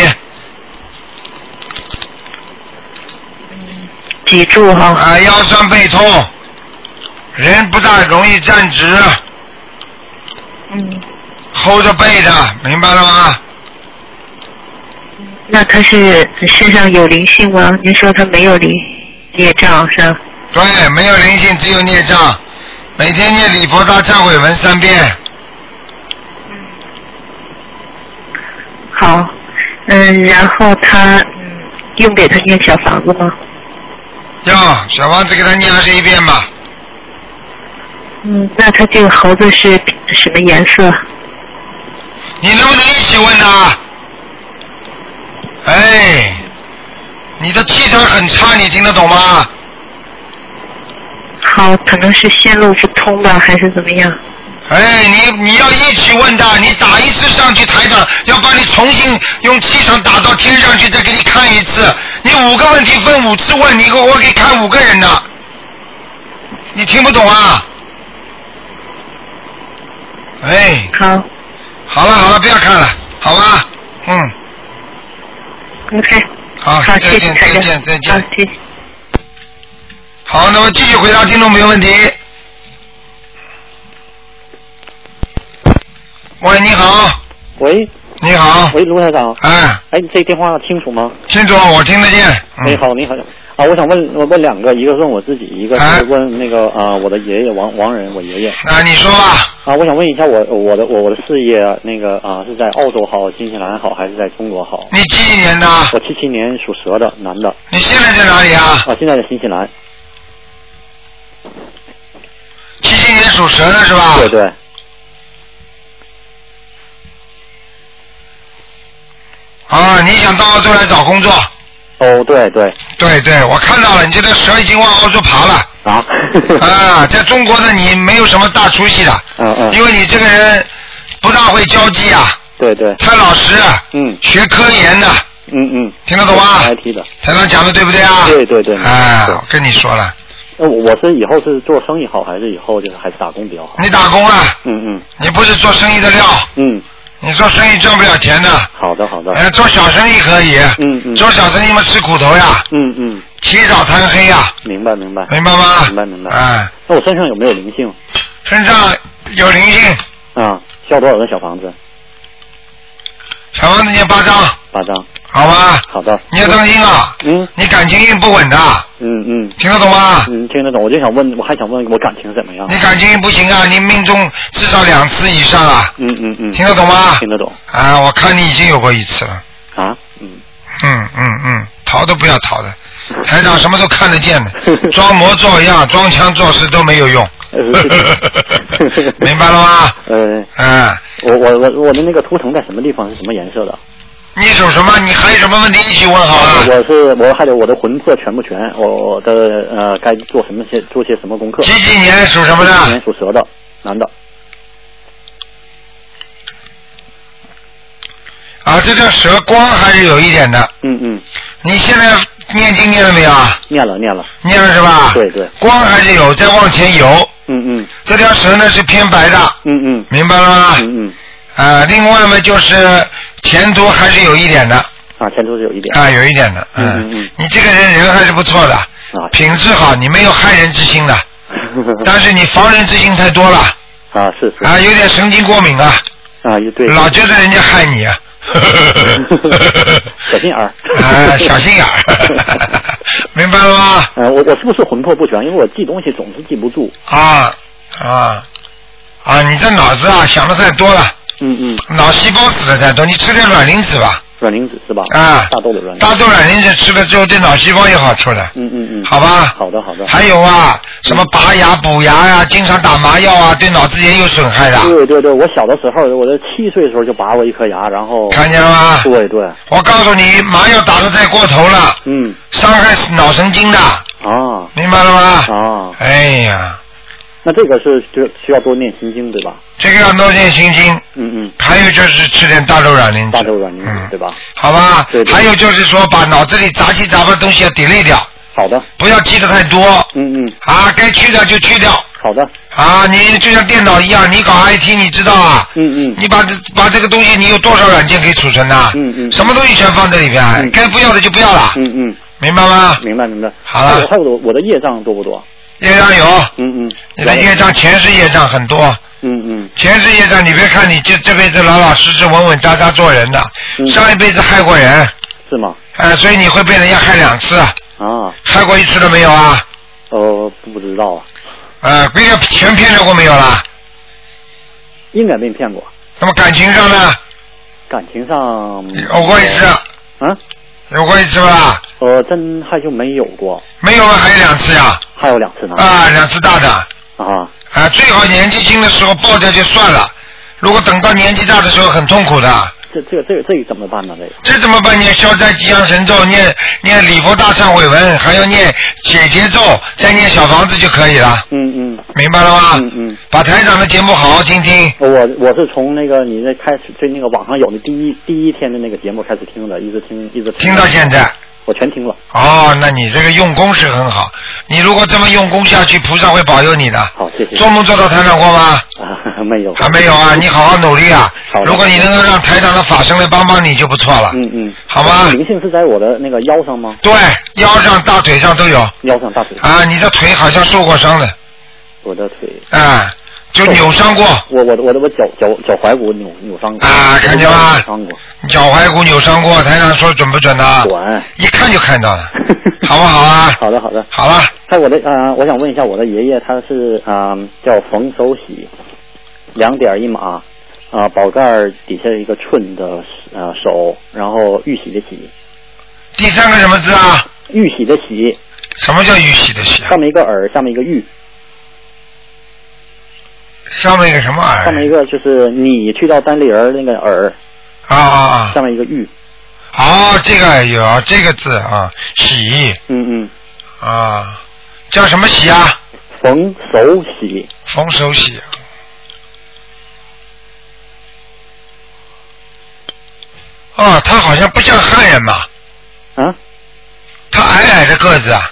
[SPEAKER 4] 脊柱哈。
[SPEAKER 1] 啊，腰酸背痛，人不大容易站直。
[SPEAKER 4] 嗯。
[SPEAKER 1] 后着背的，明白了吗？
[SPEAKER 4] 那他是身上有灵性吗？您说他没有灵业障是吧？
[SPEAKER 1] 对，没有灵性，只有孽障。每天念礼佛大忏悔文三遍。
[SPEAKER 4] 好，嗯，然后他嗯，用给他念小房子吗？
[SPEAKER 1] 要小王子给他念二十一遍吧。
[SPEAKER 4] 嗯，那他这个猴子是什么颜色？
[SPEAKER 1] 你能不能一起问他？哎，你的气场很差，你听得懂吗？
[SPEAKER 4] 好，可能是线路不通吧，还是怎么样？
[SPEAKER 1] 哎，你你要一起问他，你打一次上去台长要把你重新用气场打到天上去，再给你看一次。你五个问题分五次问，你给我我给看五个人的，你听不懂啊？哎，
[SPEAKER 4] 好，
[SPEAKER 1] 好了好了，不要看了，好吧？嗯，
[SPEAKER 4] OK。
[SPEAKER 1] 好，
[SPEAKER 4] 好，
[SPEAKER 1] 再
[SPEAKER 4] 谢谢
[SPEAKER 1] 见
[SPEAKER 4] 台
[SPEAKER 1] 再
[SPEAKER 4] 长。
[SPEAKER 1] 见再
[SPEAKER 4] 好
[SPEAKER 1] 见。，
[SPEAKER 4] 谢谢。
[SPEAKER 1] 好，那么继续回答听众朋友问题。喂，你好，
[SPEAKER 10] 喂，
[SPEAKER 1] 你好，
[SPEAKER 10] 喂，卢台长，
[SPEAKER 1] 哎，
[SPEAKER 10] 哎，你这电话清楚吗？
[SPEAKER 1] 清楚，我听得见。嗯
[SPEAKER 10] 你好，你好，啊，我想问，我问两个，一个是问我自己，一个
[SPEAKER 1] 哎
[SPEAKER 10] 是问那个啊、我的爷爷王王仁，我爷爷。
[SPEAKER 1] 啊，你说吧。
[SPEAKER 10] 啊，我想问一下我我的我我的事业那个啊是在澳洲好，新西兰好，还是在中国好？
[SPEAKER 1] 你几几年的？
[SPEAKER 10] 我七七年属蛇的，男的。
[SPEAKER 1] 你现在在哪里啊？
[SPEAKER 10] 啊，现在在新西兰。
[SPEAKER 1] 七七
[SPEAKER 4] 哎
[SPEAKER 1] 年属蛇的是吧？
[SPEAKER 10] 对对。
[SPEAKER 1] 啊，你想到澳洲来找工作？
[SPEAKER 10] 哦，对对。
[SPEAKER 1] 对对，我看到了，你这条蛇已经往澳洲爬了。
[SPEAKER 10] 啊。
[SPEAKER 1] <laughs> 啊，在中国呢，你没有什么大出息的，
[SPEAKER 10] 嗯嗯。
[SPEAKER 1] 因为你这个人不大会交际啊，
[SPEAKER 10] 对对。
[SPEAKER 1] 太老实，
[SPEAKER 10] 嗯
[SPEAKER 1] 学科研的，
[SPEAKER 10] 嗯嗯。
[SPEAKER 1] 听得懂吗
[SPEAKER 10] ？IT 的。
[SPEAKER 1] 台长讲的对不对啊？
[SPEAKER 10] 对对对。
[SPEAKER 1] 哎，我跟你说了，
[SPEAKER 10] 那我我是以后是做生意好，还是以后就是还是打工比较好？
[SPEAKER 1] 你打工啊，
[SPEAKER 10] 嗯嗯
[SPEAKER 1] 你不是做生意的料，
[SPEAKER 10] 嗯，
[SPEAKER 1] 你做生意赚不了钱的，
[SPEAKER 10] 好的好的。
[SPEAKER 1] 哎，做小生意可以，
[SPEAKER 10] 嗯嗯。
[SPEAKER 1] 做小生意嘛吃苦头呀，
[SPEAKER 10] 嗯嗯，
[SPEAKER 1] 起早贪黑呀，
[SPEAKER 10] 明白明白。
[SPEAKER 1] 明白吗
[SPEAKER 10] 明白明白。
[SPEAKER 1] 哎，
[SPEAKER 10] 那我身上有没有灵性？
[SPEAKER 1] 身上有灵性，
[SPEAKER 10] 啊，需要多少个小房子？
[SPEAKER 1] 小王子念八章，
[SPEAKER 10] 八张。
[SPEAKER 1] 好吧？
[SPEAKER 10] 好的。
[SPEAKER 1] 你要当心啊，
[SPEAKER 10] 嗯
[SPEAKER 1] 你感情运不稳的，
[SPEAKER 10] 嗯嗯。
[SPEAKER 1] 听得懂吗？
[SPEAKER 10] 嗯，听得懂。我就想问，我还想问我感情怎么样？
[SPEAKER 1] 你感情运不行啊，你命中至少两次以上啊，
[SPEAKER 10] 嗯嗯嗯。
[SPEAKER 1] 听得懂吗
[SPEAKER 10] 听得懂
[SPEAKER 1] 啊，我看你已经有过一次了，
[SPEAKER 10] 啊，嗯。
[SPEAKER 1] 嗯嗯嗯，逃都不要逃的，台长什么都看得见
[SPEAKER 10] <laughs>
[SPEAKER 1] 的，装模作样、装腔作势都没有用，明白了吗？
[SPEAKER 10] 呃， <laughs>
[SPEAKER 1] 嗯，
[SPEAKER 10] 我我我我的那个图腾在什么地方？是什么颜色的？
[SPEAKER 1] 你属什么？你还有什么问题一起问好了。
[SPEAKER 10] 我是我还有我的魂魄全不全？我我的呃该做什么些做些什么功课？
[SPEAKER 1] 几几年属什么的
[SPEAKER 10] 几几年属蛇的，男的。
[SPEAKER 1] 啊，这条蛇光还是有一点的。
[SPEAKER 10] 嗯嗯。
[SPEAKER 1] 你现在念经念了没有啊？
[SPEAKER 10] 念了念了。
[SPEAKER 1] 念了是吧？
[SPEAKER 10] 对对。
[SPEAKER 1] 光还是有，再往前游。
[SPEAKER 10] 嗯嗯。
[SPEAKER 1] 这条蛇呢是偏白的。
[SPEAKER 10] 嗯嗯。
[SPEAKER 1] 明白了吗？
[SPEAKER 10] 嗯嗯。
[SPEAKER 1] 啊，另外嘛就是前途还是有一点的。
[SPEAKER 10] 啊，前途是有一点。
[SPEAKER 1] 啊，有一点的。
[SPEAKER 10] 嗯嗯嗯。啊
[SPEAKER 1] 你这个人人还是不错的，品质好，你没有害人之
[SPEAKER 10] <laughs>
[SPEAKER 1] 心的，但是你防人之心太多了
[SPEAKER 10] 啊，是是
[SPEAKER 1] 啊，有点神经过敏啊，
[SPEAKER 10] 啊，也对，
[SPEAKER 1] 老觉得人家害你
[SPEAKER 10] <laughs>
[SPEAKER 1] 啊。 <laughs>
[SPEAKER 10] 小心眼儿。
[SPEAKER 1] 啊，小心眼儿， <laughs> 明白了吗？
[SPEAKER 10] 呃，我我是不是魂魄不全？因为我记东西总是记不住。
[SPEAKER 1] 啊啊啊！你这脑子啊想的太多了，
[SPEAKER 10] 嗯嗯，
[SPEAKER 1] 脑细胞死的太多，你吃点软磷脂吧，
[SPEAKER 10] 软磷脂是吧？
[SPEAKER 1] 啊
[SPEAKER 10] 大豆的软磷脂。
[SPEAKER 1] 大豆软磷脂吃了之后对脑细胞有好处的，
[SPEAKER 10] 嗯嗯嗯，
[SPEAKER 1] 好吧？
[SPEAKER 10] 好的好的。嗯
[SPEAKER 1] 还有啊，什么拔牙、补牙呀、经常打麻药啊，对脑子也有损害的。
[SPEAKER 10] 对对对，我小的时候，我在七岁的时候就拔过一颗牙，然后
[SPEAKER 1] 看见了吗
[SPEAKER 10] 对对，
[SPEAKER 1] 我告诉你，麻药打的太过头了，
[SPEAKER 10] 嗯，
[SPEAKER 1] 伤害脑神经的，
[SPEAKER 10] 啊，
[SPEAKER 1] 明白了吗？
[SPEAKER 10] 啊，
[SPEAKER 1] 哎呀，
[SPEAKER 10] 那这个是就需要多念心经对吧？
[SPEAKER 1] 这个要多念心经，
[SPEAKER 10] 嗯嗯，
[SPEAKER 1] 还有就是吃点大豆软磷脂，嗯
[SPEAKER 10] 大豆软磷脂对吧？
[SPEAKER 1] 好吧？
[SPEAKER 10] 对对
[SPEAKER 1] 还有就是说，把脑子里杂七杂八的东西要 delete 掉，
[SPEAKER 10] 好的，
[SPEAKER 1] 不要记得太多。
[SPEAKER 10] 嗯嗯，
[SPEAKER 1] 啊，该去掉就去掉。
[SPEAKER 10] 好的，
[SPEAKER 1] 啊，你就像电脑一样，你搞 IT，你知道啊？
[SPEAKER 10] 嗯嗯，
[SPEAKER 1] 你把这把这个东西，你有多少软件可以储存呢？
[SPEAKER 10] 嗯嗯，
[SPEAKER 1] 什么东西全放在里边，该不要的就不要了，
[SPEAKER 10] 嗯嗯，
[SPEAKER 1] 明白吗？
[SPEAKER 10] 明白明白。
[SPEAKER 1] 好了
[SPEAKER 10] 我还有我我的业障多不多？
[SPEAKER 1] 业障有，
[SPEAKER 10] 嗯嗯，
[SPEAKER 1] 你的业障前世业障很多，
[SPEAKER 10] 嗯嗯，
[SPEAKER 1] 前世业障你别看你这这辈子老老实实稳稳扎扎做人的，上一辈子害过人，
[SPEAKER 10] 嗯是吗？
[SPEAKER 1] 呃，所以你会被人家害两次，
[SPEAKER 10] 啊，
[SPEAKER 1] 害过一次了没有啊？
[SPEAKER 10] 呃，不知道啊，
[SPEAKER 1] 呃，被人全骗着过没有啦？
[SPEAKER 10] 应该没骗过，
[SPEAKER 1] 那么感情上呢？
[SPEAKER 10] 感情上
[SPEAKER 1] 有过一次，
[SPEAKER 10] 啊，
[SPEAKER 1] 有过一次吧？
[SPEAKER 10] 呃，真还就没有过，
[SPEAKER 1] 没有吗？还有两次呀？
[SPEAKER 10] 还有两次呢，
[SPEAKER 1] 啊，两次大的。
[SPEAKER 10] 啊，
[SPEAKER 1] 啊，最好年纪轻的时候爆掉就算了，如果等到年纪大的时候很痛苦的。
[SPEAKER 10] 这这这这怎么办呢？这个
[SPEAKER 1] 这怎么办？念消灾吉祥神咒，念念礼佛大忏悔文，还要念解结咒，再念小房子就可以了，
[SPEAKER 10] 嗯嗯
[SPEAKER 1] 明白了吗？
[SPEAKER 10] 嗯嗯，
[SPEAKER 1] 把台长的节目好好听听。
[SPEAKER 10] 我我是从那个你那开始对那个网上有的第一第一天的那个节目开始听的，一直听一直
[SPEAKER 1] 听到现在，
[SPEAKER 10] 我全听了。
[SPEAKER 1] 哦，那你这个用功是很好，你如果这么用功下去，菩萨会保佑你的。
[SPEAKER 10] 好，谢谢。
[SPEAKER 1] 做梦做到台长过吗？
[SPEAKER 10] 啊，没有。
[SPEAKER 1] 还没有啊，你好好努力啊
[SPEAKER 10] 好！的
[SPEAKER 1] 如果你能够让台长的法身来帮帮你就不错了。
[SPEAKER 10] 嗯嗯，
[SPEAKER 1] 好吧
[SPEAKER 10] 灵性是在我的那个腰上吗？
[SPEAKER 1] 对，腰上、大腿上都有
[SPEAKER 10] 腰上、大腿上，
[SPEAKER 1] 啊，你的腿好像受过伤的
[SPEAKER 10] 我的腿。
[SPEAKER 1] 啊，就扭伤过，
[SPEAKER 10] 我我的我的我脚脚脚踝骨扭扭伤过。
[SPEAKER 1] 啊看见吗
[SPEAKER 10] 扭伤过，
[SPEAKER 1] 脚踝骨扭伤过。台长说准不准呢？
[SPEAKER 10] 管。
[SPEAKER 1] 一看就看到了， <laughs> 好不好啊？
[SPEAKER 10] 好的好的，
[SPEAKER 1] 好了，
[SPEAKER 10] 还有我的呃，我想问一下我的爷爷，他是啊、呃叫冯守喜，两点一码，啊、宝盖儿底下一个寸的呃手，然后玉玺的玺，
[SPEAKER 1] 第三个什么字啊？
[SPEAKER 10] 玉玺的玺，
[SPEAKER 1] 什么叫玉玺的玺啊？
[SPEAKER 10] 上面一个耳，下面一个玉，
[SPEAKER 1] 上面一个什么耳？
[SPEAKER 10] 上面一个就是你去掉单立人儿那个耳，
[SPEAKER 1] 啊啊
[SPEAKER 10] 下面一个玉，
[SPEAKER 1] 啊！哦，这个有这个字啊，玺
[SPEAKER 10] 嗯嗯，
[SPEAKER 1] 啊，叫什么玺啊？
[SPEAKER 10] 冯守喜，
[SPEAKER 1] 冯手玺。哦，他好像不像汉人嘛。
[SPEAKER 10] 啊？
[SPEAKER 1] 他矮矮的个子啊，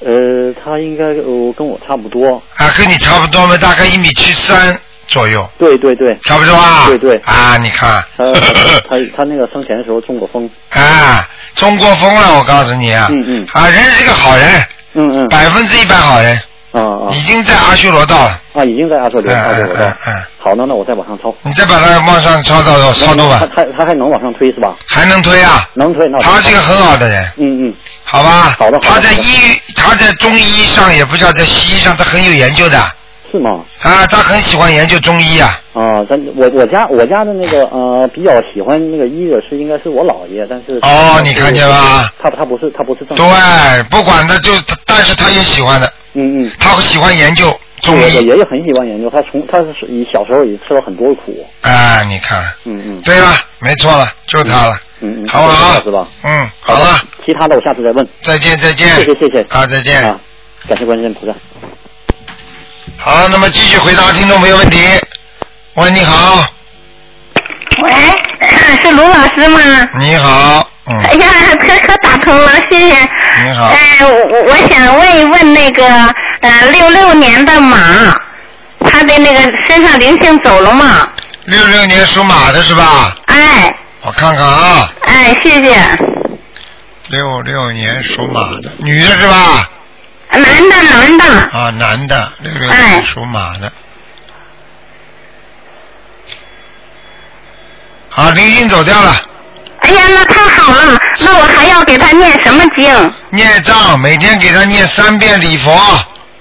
[SPEAKER 10] 呃，他应该呃跟我差不多，
[SPEAKER 1] 啊，跟你差不多嘛，大概一米七三左右，
[SPEAKER 10] 对对对，
[SPEAKER 1] 差不多啊。
[SPEAKER 10] 对对
[SPEAKER 1] 啊，你看，
[SPEAKER 10] 他他他他那个生前的时候中过风，
[SPEAKER 1] 啊，中国风了，我告诉你啊，
[SPEAKER 10] 嗯嗯
[SPEAKER 1] 啊，人是个好人，
[SPEAKER 10] 嗯嗯，
[SPEAKER 1] 百分之一百好人，
[SPEAKER 10] 啊啊
[SPEAKER 1] 已经在阿修罗道了。
[SPEAKER 10] 啊，已经在阿修罗
[SPEAKER 1] 嗯
[SPEAKER 10] 阿修罗道
[SPEAKER 1] 嗯。嗯嗯，
[SPEAKER 10] 好，那那我再往上抄。
[SPEAKER 1] 你再把它往上超到超度吧
[SPEAKER 10] 他，他他还能往上推是吧？
[SPEAKER 1] 还能推啊？
[SPEAKER 10] 能推，那我
[SPEAKER 1] 他是个很好的人，
[SPEAKER 10] 嗯嗯，
[SPEAKER 1] 好吧？
[SPEAKER 10] 好的好的
[SPEAKER 1] 啊他在
[SPEAKER 10] 好的
[SPEAKER 1] 医，他在中医上也不知道在西医上，他很有研究的
[SPEAKER 10] 是吗？
[SPEAKER 1] 啊，他很喜欢研究中医啊。
[SPEAKER 10] 啊，咱我我家我家的那个呃比较喜欢那个医的是应该是我姥爷，但是
[SPEAKER 1] 哦你看见吧？
[SPEAKER 10] 他他不是他不是正常，
[SPEAKER 1] 对，不管他就，但是他也喜欢的，
[SPEAKER 10] 嗯嗯
[SPEAKER 1] 他喜欢研究中
[SPEAKER 10] 我
[SPEAKER 1] 医
[SPEAKER 10] 爷爷很喜欢研究，他从他是以小时候也吃了很多苦。
[SPEAKER 1] 啊，你看，
[SPEAKER 10] 嗯嗯，
[SPEAKER 1] 对了，没错了，就是他了，
[SPEAKER 10] 嗯嗯，
[SPEAKER 1] 好不好
[SPEAKER 10] 是吧？
[SPEAKER 1] 嗯，好了，
[SPEAKER 10] 其他的我下次再问。
[SPEAKER 1] 再见再见，
[SPEAKER 10] 谢谢谢谢
[SPEAKER 1] 啊，再见。
[SPEAKER 10] 啊，感谢观世音菩萨。
[SPEAKER 1] 好，那么继续回答听众朋友问题。喂，你好，
[SPEAKER 4] 喂，哎是卢老师吗？
[SPEAKER 1] 你好，嗯
[SPEAKER 4] 哎呀，可可打通了，谢谢。
[SPEAKER 1] 你好，
[SPEAKER 4] 哎，我我想问一问那个呃六六年的马，他的那个身上灵性走了吗？
[SPEAKER 1] 六六年属马的是吧？
[SPEAKER 4] 哎
[SPEAKER 1] 我看看啊，
[SPEAKER 4] 哎，谢谢。
[SPEAKER 1] 六六年属马的，女的是吧？
[SPEAKER 4] 嗯啊男的男的，哎
[SPEAKER 1] 啊，男的，六六年属马的。好，灵性走掉了，
[SPEAKER 4] 哎呀，那太好了，那我还要给他念什么经？
[SPEAKER 1] 念障，每天给他念三遍礼佛。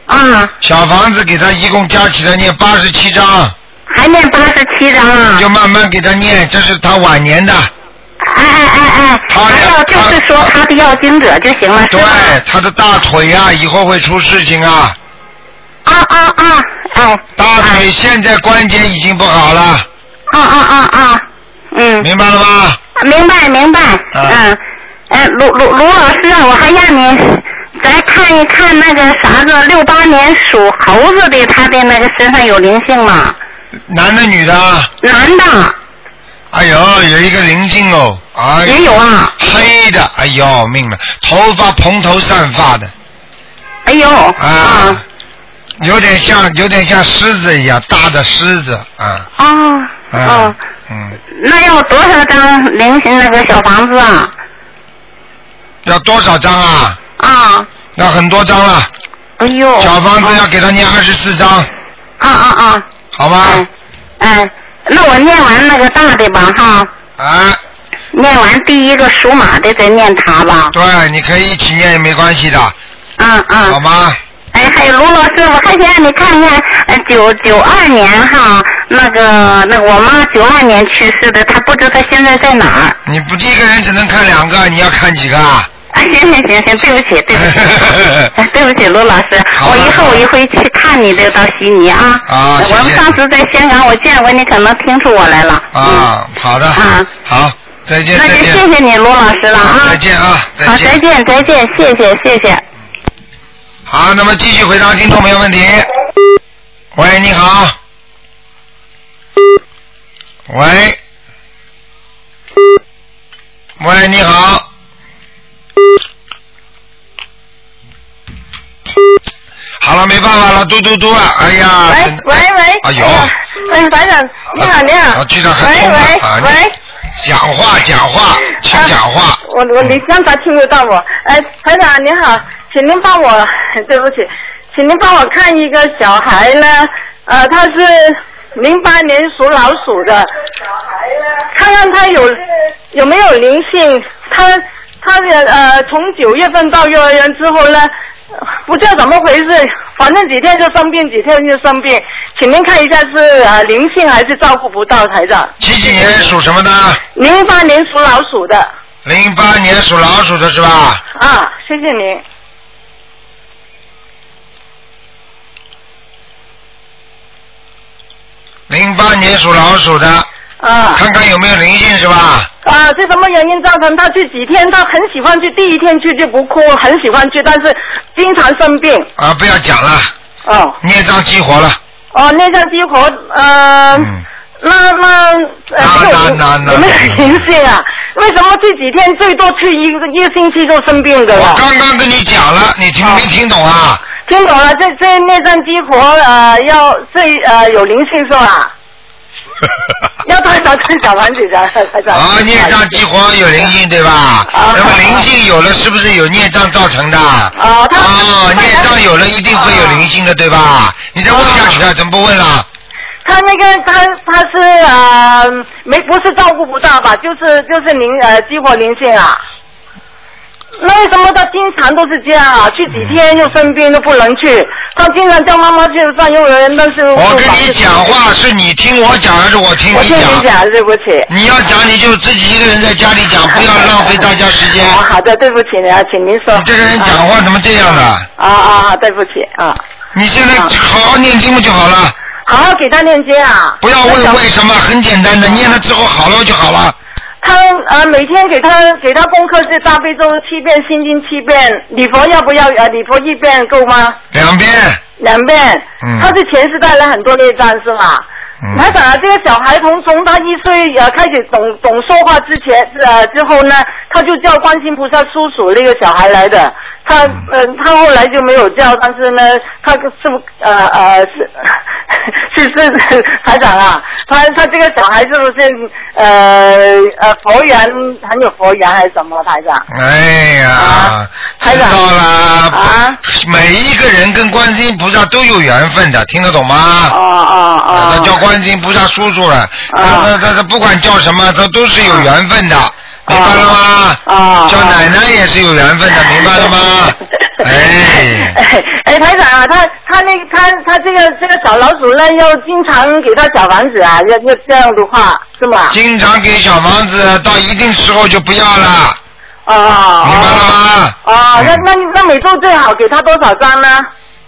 [SPEAKER 4] 啊。
[SPEAKER 1] 小房子给他一共加起来念八十七章。
[SPEAKER 4] 还念八十七章啊？
[SPEAKER 1] 就慢慢给他念，这是他晚年的。
[SPEAKER 4] 哎哎哎哎，
[SPEAKER 1] 还
[SPEAKER 4] 要就是说他的要经者就行了，是
[SPEAKER 1] 对
[SPEAKER 4] 吧？，
[SPEAKER 1] 他的大腿啊，以后会出事情啊。
[SPEAKER 4] 啊啊啊！哎。
[SPEAKER 1] 大腿现在关节已经不好了。
[SPEAKER 4] 啊啊啊啊！嗯。
[SPEAKER 1] 明白了吗？
[SPEAKER 4] 明白明白。
[SPEAKER 1] 啊
[SPEAKER 4] 嗯。呃，卢卢卢老师啊，我还让你再看一看那个啥子，六八年属猴子的，他的那个身上有灵性吗？
[SPEAKER 1] 男的女的？
[SPEAKER 4] 男的。
[SPEAKER 1] 哎呦，有一个灵性哦，哎，
[SPEAKER 4] 也有啊，
[SPEAKER 1] 黑的，哎呦命了，头发蓬头散发的，
[SPEAKER 4] 哎呦，
[SPEAKER 1] 啊，有点像有点像狮子一样，大的狮子啊，
[SPEAKER 4] 哦
[SPEAKER 1] 啊
[SPEAKER 4] 哦，
[SPEAKER 1] 嗯
[SPEAKER 4] 那要多少张灵性那个小房子啊？
[SPEAKER 1] 要多少张啊？
[SPEAKER 4] 啊，
[SPEAKER 1] 要很多张了。
[SPEAKER 4] 哎呦，
[SPEAKER 1] 小房子要给他念二十四张，
[SPEAKER 4] 啊啊啊！
[SPEAKER 1] 好吗？
[SPEAKER 4] 哎，那我念完那个大的吧哈，
[SPEAKER 1] 啊，
[SPEAKER 4] 念完第一个属马的再念他吧。
[SPEAKER 1] 对，你可以一起念也没关系的，
[SPEAKER 4] 嗯嗯。
[SPEAKER 1] 好吗？
[SPEAKER 4] 哎，还有卢老师，我还想让你看一下，呃，九九二年哈，那个那个我妈九二年去世的，她不知道现在在哪儿。
[SPEAKER 1] 你不一个人只能看两个，你要看几个
[SPEAKER 4] <laughs>
[SPEAKER 1] 啊？
[SPEAKER 4] 啊，行行行行，对不起对不
[SPEAKER 1] <laughs>
[SPEAKER 4] 起，哎对不起卢老师，我以后我会去看你的到悉尼啊。
[SPEAKER 1] 啊谢谢
[SPEAKER 4] 我们上次在香港我见过你，可能听出我来了。
[SPEAKER 1] 啊，好的，好，再见，
[SPEAKER 4] 那
[SPEAKER 1] 再
[SPEAKER 4] 就
[SPEAKER 1] 见，
[SPEAKER 4] 谢谢你卢老师了啊。
[SPEAKER 1] 再见啊，
[SPEAKER 4] 好，
[SPEAKER 1] 再
[SPEAKER 4] 再
[SPEAKER 1] 见。
[SPEAKER 4] 见再见，谢谢谢谢。
[SPEAKER 1] 好，那么继续回答听众朋友问题。喂，你好。喂。喂，你好。好了，没办法了，嘟嘟嘟了，哎呀，真的
[SPEAKER 11] 喂喂，
[SPEAKER 1] 哎呦，
[SPEAKER 11] 哎，班长，你好你好，
[SPEAKER 1] 啊，局长还
[SPEAKER 11] 喂
[SPEAKER 1] 通了
[SPEAKER 11] 喂
[SPEAKER 1] 啊，
[SPEAKER 11] 喂啊
[SPEAKER 1] 你，讲话讲话，请讲话，
[SPEAKER 11] 我我你刚才听不到我，哎，班长你好，请您帮我，对不起，请您帮我看一个小孩呢，呃，他是零八年属老鼠的，看看他有有没有灵性，他他的呃从九月份到幼儿园之后呢。不知道怎么回事，反正几天就生病，几天就生病，请您看一下是呃灵性还是照顾不到台长？
[SPEAKER 1] 几几年属什么的？
[SPEAKER 11] 零八年属老鼠的，
[SPEAKER 1] 零八年属老鼠的是吧？
[SPEAKER 11] 啊，谢谢您。
[SPEAKER 1] 零八年属老鼠的，
[SPEAKER 11] 啊
[SPEAKER 1] 看看有没有灵性是吧？
[SPEAKER 11] 啊，是什么原因造成他这几天他很喜欢去，第一天去就不哭，很喜欢去，但是经常生病。
[SPEAKER 1] 啊，不要讲了，
[SPEAKER 11] 哦
[SPEAKER 1] 孽障激活了，
[SPEAKER 11] 哦，内脏激活，呃，
[SPEAKER 1] 嗯
[SPEAKER 11] 那那呃，这个有有没有灵性啊？为什么这几天最多去一个一个星期就生病的了？
[SPEAKER 1] 刚刚跟你讲了，你听没听懂啊？
[SPEAKER 11] 听懂了，这这内脏激活呃要这呃有灵性
[SPEAKER 1] <laughs>
[SPEAKER 11] 是吧？要多少张小房子的？
[SPEAKER 1] 啊，
[SPEAKER 11] 啊
[SPEAKER 1] 孽障激活有灵性对吧？那么灵性有了，是不是有孽障造成的？
[SPEAKER 11] 哦，
[SPEAKER 1] 他哦，孽障有了一定会有灵性的对吧？你再问下去啊，怎么不问了？
[SPEAKER 11] 他那个他他是呃没不是照顾不到吧，就是就是灵呃激活灵性啊。那为什么他经常都是这样啊？去几天又生病，又不能去。他经常叫妈妈去上幼儿园，但是
[SPEAKER 1] 我跟你讲话是你听我讲还是我听
[SPEAKER 11] 我
[SPEAKER 1] 你
[SPEAKER 11] 听你
[SPEAKER 1] 讲？
[SPEAKER 11] 讲，对不起。
[SPEAKER 1] 你要讲你就自己一个人在家里
[SPEAKER 11] <laughs>
[SPEAKER 1] 讲，不要浪费大家时间。
[SPEAKER 11] 哦啊，好的，对不起您啊，请您说。你
[SPEAKER 1] 这个人讲话怎么这样的？
[SPEAKER 11] 啊啊啊，对不起啊。
[SPEAKER 1] 你现在好好念经不就好了？
[SPEAKER 11] 好好给他念经啊！
[SPEAKER 1] 不要问为什么，很简单的，念了之后好了就好了。
[SPEAKER 11] 他呃，每天给他给他功课是大悲咒七遍，心经七遍，礼佛要不要？呃，礼佛一遍够吗？
[SPEAKER 1] 两遍，
[SPEAKER 11] 两遍。
[SPEAKER 1] 嗯
[SPEAKER 11] 他是前世带了很多孽障是吗？
[SPEAKER 1] 嗯
[SPEAKER 11] 台长啊，这个小孩从从他一岁呃开始懂懂说话之前呃之后呢，他就叫观世音菩萨叔叔那个小孩来的。他
[SPEAKER 1] 嗯
[SPEAKER 11] 呃他后来就没有叫，但是呢，他是不呃呃是 <laughs> 是是是台长啊，他他这个小孩是不是呃呃佛缘很有佛缘还是什么台长？
[SPEAKER 1] 哎
[SPEAKER 11] 啊
[SPEAKER 1] 呀，知道啦，每一个人跟观世音菩萨都有缘分的，听得懂吗？哦
[SPEAKER 11] 哦
[SPEAKER 1] 哦，他叫观世音菩萨叔叔
[SPEAKER 11] 啊
[SPEAKER 1] 了，他他他他不管叫什么，他都是有缘分的，明白了吗？
[SPEAKER 11] 啊，
[SPEAKER 1] 叫奶奶也是有缘分的，明白了吗？
[SPEAKER 11] <laughs>
[SPEAKER 1] 哎，
[SPEAKER 11] 哎 <laughs> 哎，台长啊，他他那个他他这个这个小老鼠呢，要经常给他小房子啊，要要这样的话是吗？
[SPEAKER 1] 经常给小房子到一定时候就不要了，啊
[SPEAKER 11] 哦哦
[SPEAKER 1] 明白了吗？
[SPEAKER 11] 哦，那那那每周最好给他多少张呢？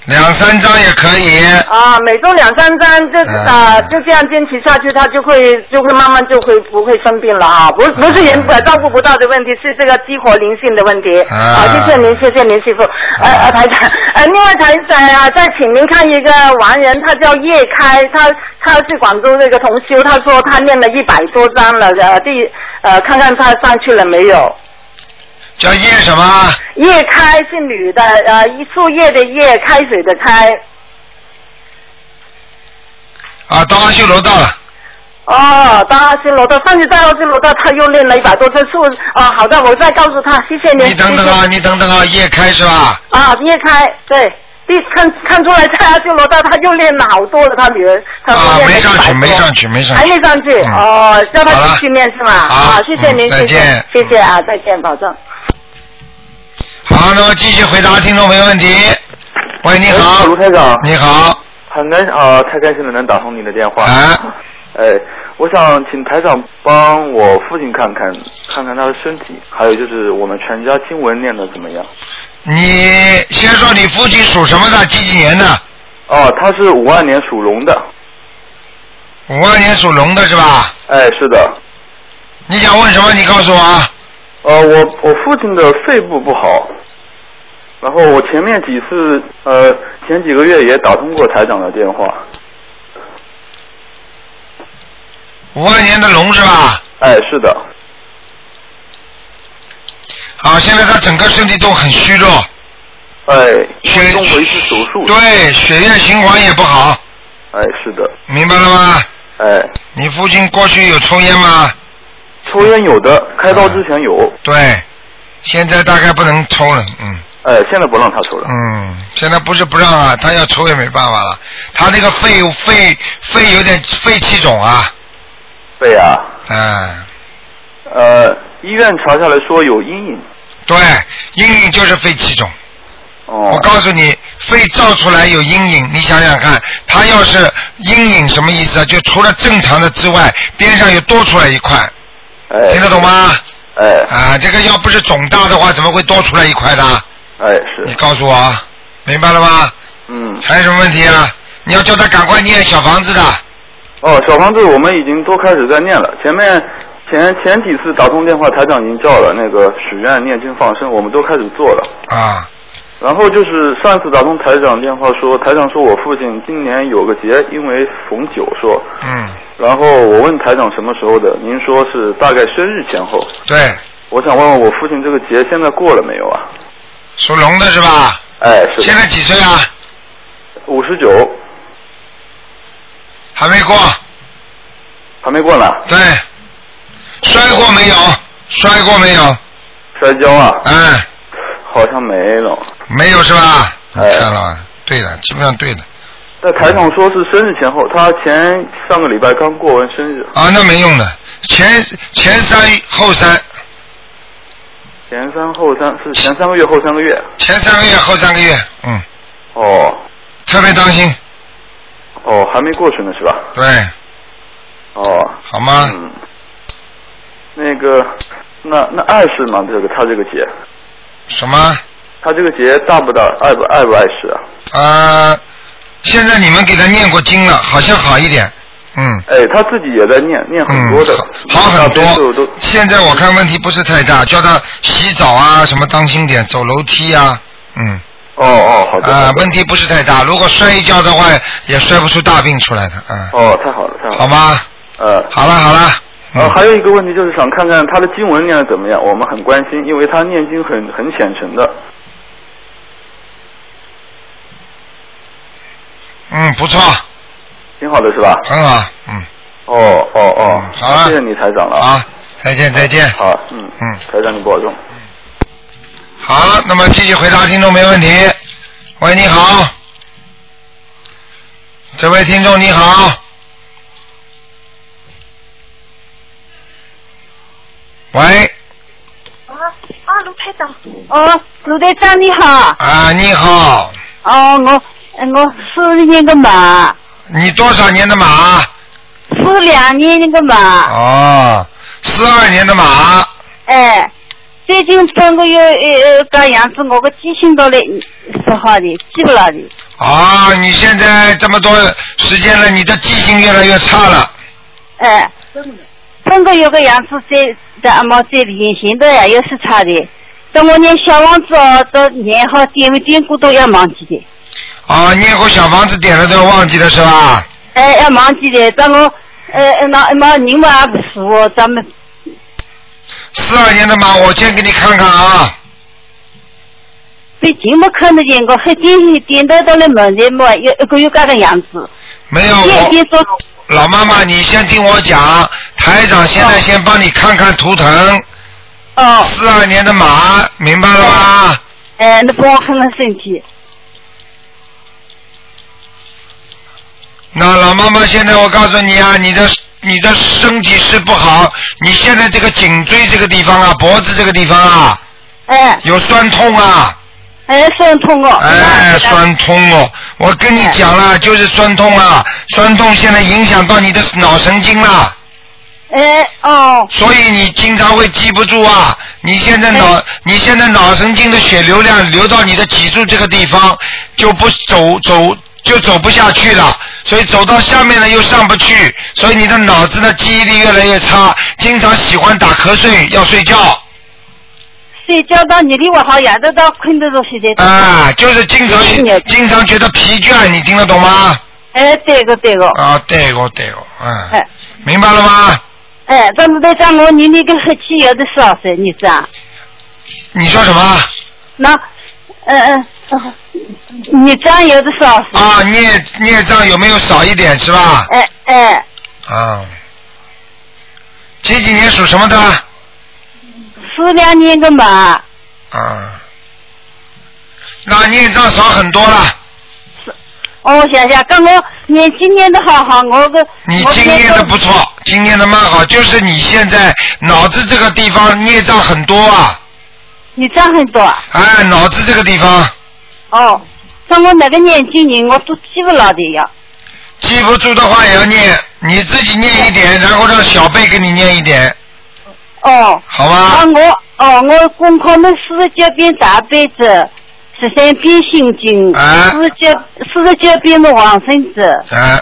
[SPEAKER 1] 两三张也可以。
[SPEAKER 11] 啊，每周两三张，就是
[SPEAKER 1] 嗯
[SPEAKER 11] 啊，就这样坚持下去，他就会就会慢慢就会不会生病了啊，不
[SPEAKER 1] 嗯
[SPEAKER 11] 不是人呃照顾不到的问题，是这个激活灵性的问题。
[SPEAKER 1] 啊
[SPEAKER 11] 好，谢谢您，谢谢您师傅。呃呃，台长，呃，另外台长啊，再请您看一个亡人，他叫叶开，他他是广州那个同修，他说他念了一百多章了，呃，第呃看看他上去了没有？
[SPEAKER 1] 叫叶什么？
[SPEAKER 11] 叶开是女的，呃，一树叶的叶，开水的开。
[SPEAKER 1] 啊，到阿修罗道了，
[SPEAKER 11] 哦，到阿修罗道，上次到阿修罗道，他又练了一百多次数。哦，好的，我再告诉他，谢谢您。
[SPEAKER 1] 你等等啊，
[SPEAKER 11] 谢谢
[SPEAKER 1] 你等等啊，叶开是吧？
[SPEAKER 11] 啊，叶开，对，第看看出来在阿修罗道，他又练了好多了，他女儿，他
[SPEAKER 1] 啊，
[SPEAKER 11] 练
[SPEAKER 1] 没
[SPEAKER 11] 了
[SPEAKER 1] 上
[SPEAKER 11] 100
[SPEAKER 1] 去，
[SPEAKER 11] 多
[SPEAKER 1] 没上去，没上
[SPEAKER 11] 还
[SPEAKER 1] 去。
[SPEAKER 11] 没上去。哦，叫
[SPEAKER 1] 好了
[SPEAKER 11] 他继续练是吗？
[SPEAKER 1] 好
[SPEAKER 11] 啊，谢谢您，
[SPEAKER 1] 嗯再
[SPEAKER 11] 谢
[SPEAKER 1] 见
[SPEAKER 11] 谢，谢谢啊，再见，保重。
[SPEAKER 1] 好，那么继续回答听众朋友问题。喂，你好，
[SPEAKER 12] 卢台长，
[SPEAKER 1] 你好，
[SPEAKER 12] 很开啊、太开心了，能打通您的电话。啊， <laughs> 哎，我想请台长帮我父亲看看，看看他的身体，还有就是我们全家经文念的怎么样。
[SPEAKER 1] 你先说你父亲属什么的？几几年的？
[SPEAKER 12] 哦，他是五二年属龙的。
[SPEAKER 1] 五二年属龙的是吧？
[SPEAKER 12] 哎，是的。
[SPEAKER 1] 你想问什么？你告诉我啊。
[SPEAKER 12] 呃，我我父亲的肺部不好，然后我前面几次呃前几个月也打通过台长的电话。
[SPEAKER 1] 五二年的龙是吧？
[SPEAKER 12] 哎，是的。
[SPEAKER 1] 好，现在他整个身体都很虚弱。
[SPEAKER 12] 哎，
[SPEAKER 1] 血
[SPEAKER 12] 动过一次手术。
[SPEAKER 1] 对，血液循环也不好，
[SPEAKER 12] 哎，是的。
[SPEAKER 1] 明白了吗？
[SPEAKER 12] 哎，
[SPEAKER 1] 你父亲过去有抽烟吗？嗯
[SPEAKER 12] 抽烟有的，开刀之前有。
[SPEAKER 1] 对，现在大概不能抽了，嗯。
[SPEAKER 12] 哎，现在不让他抽了。
[SPEAKER 1] 嗯，现在不是不让啊，他要抽也没办法了。他那个肺肺肺有点肺气肿啊，
[SPEAKER 12] 对啊，
[SPEAKER 1] 嗯，
[SPEAKER 12] 呃，医院查下来说有阴影。
[SPEAKER 1] 对，阴影就是肺气肿。
[SPEAKER 12] 哦。
[SPEAKER 1] 我告诉你，肺造出来有阴影，你想想看，他要是阴影什么意思啊？就除了正常的之外，边上又多出来一块，
[SPEAKER 12] 哎。
[SPEAKER 1] 听得懂吗？
[SPEAKER 12] 哎。
[SPEAKER 1] 啊，这个要不是肿大的话，怎么会多出来一块的？啊
[SPEAKER 12] 哎，是。
[SPEAKER 1] 你告诉我啊，明白了吗？
[SPEAKER 12] 嗯。
[SPEAKER 1] 还有什么问题啊？你要叫他赶快念小房子的。
[SPEAKER 12] 哦，小房子我们已经都开始在念了，前面前前几次打通电话，台长已经叫了那个许愿、念经、放生，我们都开始做了。
[SPEAKER 1] 啊。
[SPEAKER 12] 然后就是上次打通台长电话说，台长说我父亲今年有个节，因为逢九说，
[SPEAKER 1] 嗯，
[SPEAKER 12] 然后我问台长什么时候的，您说是大概生日前后。
[SPEAKER 1] 对，
[SPEAKER 12] 我想问问我父亲这个节现在过了没有啊？
[SPEAKER 1] 属龙的是吧？
[SPEAKER 12] 哎，是。
[SPEAKER 1] 现在几岁啊？
[SPEAKER 12] 五十九，
[SPEAKER 1] 还没过。
[SPEAKER 12] 还没过呢。
[SPEAKER 1] 对。摔过没有？摔过没有？
[SPEAKER 12] 摔跤啊。
[SPEAKER 1] 嗯。
[SPEAKER 12] 好像没了。
[SPEAKER 1] 没有是吧？你
[SPEAKER 12] 哎
[SPEAKER 1] 啊看了吧？对的，基本上对的。
[SPEAKER 12] 在台上说是生日前后，他前上个礼拜刚过完生日，
[SPEAKER 1] 啊，那没用的，前前三后三，
[SPEAKER 12] 前三后三是前三个月后三个月。
[SPEAKER 1] 前三个月后三个月，嗯，
[SPEAKER 12] 哦
[SPEAKER 1] 特别当心。
[SPEAKER 12] 哦，还没过去呢是吧？
[SPEAKER 1] 对，
[SPEAKER 12] 哦。
[SPEAKER 1] 好吗？
[SPEAKER 12] 嗯。那个，那那碍事吗？这个他这个节，
[SPEAKER 1] 什么？
[SPEAKER 12] 他这个节大不大？碍不碍不碍事啊？
[SPEAKER 1] 啊，现在你们给他念过经了，好像好一点。嗯，
[SPEAKER 12] 哎，他自己也在念，念很多的，
[SPEAKER 1] 好很
[SPEAKER 12] 大悲咒啊都
[SPEAKER 1] 多。现在我看问题不是太大，叫他洗澡啊，什么当心点，走楼梯啊，嗯。
[SPEAKER 12] 哦哦，好的。
[SPEAKER 1] 啊、问题不是太大，如果摔一跤的话，也摔不出大病出来的啊。
[SPEAKER 12] 哦，太好了，太好了。
[SPEAKER 1] 好吗？
[SPEAKER 12] 呃，
[SPEAKER 1] 好了嗯好了。
[SPEAKER 12] 呃，还有一个问题就是想看看他的经文念的怎么样，我们很关心，因为他念经很很虔诚的。
[SPEAKER 1] 嗯，不错，
[SPEAKER 12] 挺好的是吧？
[SPEAKER 1] 很好。嗯
[SPEAKER 12] 哦哦哦，好了，谢谢你台长了啊，
[SPEAKER 1] 再见再见。
[SPEAKER 12] 好，嗯
[SPEAKER 1] 嗯，
[SPEAKER 12] 台长你保重。
[SPEAKER 1] 好，那么继续回答听众没问题。喂，你好，这位听众你好。喂，
[SPEAKER 6] 啊啊，卢台长，哦，卢台长你好，
[SPEAKER 1] 啊，你好，
[SPEAKER 6] 哦，我呃我是那个马，
[SPEAKER 1] 你多少年的马？
[SPEAKER 6] 是两年那个马，
[SPEAKER 1] 哦，四二年的马，
[SPEAKER 6] 哎，最近半个月呃呃，这样子我个记性到了不好的，记不牢的，
[SPEAKER 1] 啊，你现在这么多时间了，你的记性越来越差了。
[SPEAKER 6] 哎，半个月个样子在在阿妈在隐形的呀，又是差的，等我连小王子哦，都连好点没点过都要忘记的。
[SPEAKER 1] 啊，念过小房子点了都忘记了是吧？
[SPEAKER 6] 哎，要忙起来，咱们呃，那那人嘛也不是哦，咱们
[SPEAKER 1] 四二年的马，我先给你看看啊。
[SPEAKER 6] 最近没看得见我黑点点到到了门前嘛，一一个月干的样子。
[SPEAKER 1] 没有
[SPEAKER 6] 一
[SPEAKER 1] 我，
[SPEAKER 6] 点说，
[SPEAKER 1] 老妈
[SPEAKER 6] 嗯
[SPEAKER 1] 妈，你先听我讲，台长现在先帮你看看图腾。
[SPEAKER 6] 哦。
[SPEAKER 1] 四二年的马，明白了吗？
[SPEAKER 6] 哎，你帮我看看身体。
[SPEAKER 1] 那老妈妈，现在我告诉你啊，你的你的身体是不好，你现在这个颈椎这个地方啊，脖子这个地方啊，
[SPEAKER 6] 哎，
[SPEAKER 1] 有酸痛啊。
[SPEAKER 6] 哎，酸痛哦。
[SPEAKER 1] 哎，酸痛哦！我跟你讲
[SPEAKER 6] 哎
[SPEAKER 1] 了，就是酸痛啊，酸痛现在影响到你的脑神经了。
[SPEAKER 6] 哎，哦。
[SPEAKER 1] 所以你经常会记不住啊！你现在脑，
[SPEAKER 6] 哎
[SPEAKER 1] 你现在脑神经的血流量流到你的脊柱这个地方，就不走走就走不下去了。所以走到下面呢又上不去，所以你的脑子的记忆力越来越差，经常喜欢打瞌睡，要睡觉。
[SPEAKER 6] 睡觉到你的我好像都到困得着现在。
[SPEAKER 1] 啊，就是经常经常觉得疲倦，你听得懂吗？
[SPEAKER 6] 哎，对个对个。
[SPEAKER 1] 啊，对个对个，嗯，
[SPEAKER 6] 哎
[SPEAKER 1] 明白了吗？
[SPEAKER 6] 哎，咱们在讲我你那个黑气有的少噻，你啊知道？
[SPEAKER 1] 你说什么？
[SPEAKER 6] 那，嗯嗯。哦孽障有的少是
[SPEAKER 1] 啊，孽孽障有没有少一点是吧？
[SPEAKER 6] 哎哎，
[SPEAKER 1] 啊，几几年属什么的？
[SPEAKER 6] 四两年个马，
[SPEAKER 1] 啊，那孽障少很多了。
[SPEAKER 6] 哦，想想，跟我年今年的好好，我个
[SPEAKER 1] 你经验的不错，经验的蛮好，就是你现在脑子这个地方孽障很多啊，
[SPEAKER 6] 你涨很多啊，
[SPEAKER 1] 哎，脑子这个地方
[SPEAKER 6] 哦，像我那个年纪人，我都记不牢的呀，
[SPEAKER 1] 记不住的话也要念，你自己念一点，然后让小辈给你念一点，
[SPEAKER 6] 哦，
[SPEAKER 1] 好吧？
[SPEAKER 6] 啊我哦我功课们四十九遍大悲咒，十三遍心经，
[SPEAKER 1] 啊
[SPEAKER 6] 四十九四十九遍的往生咒，
[SPEAKER 1] 哎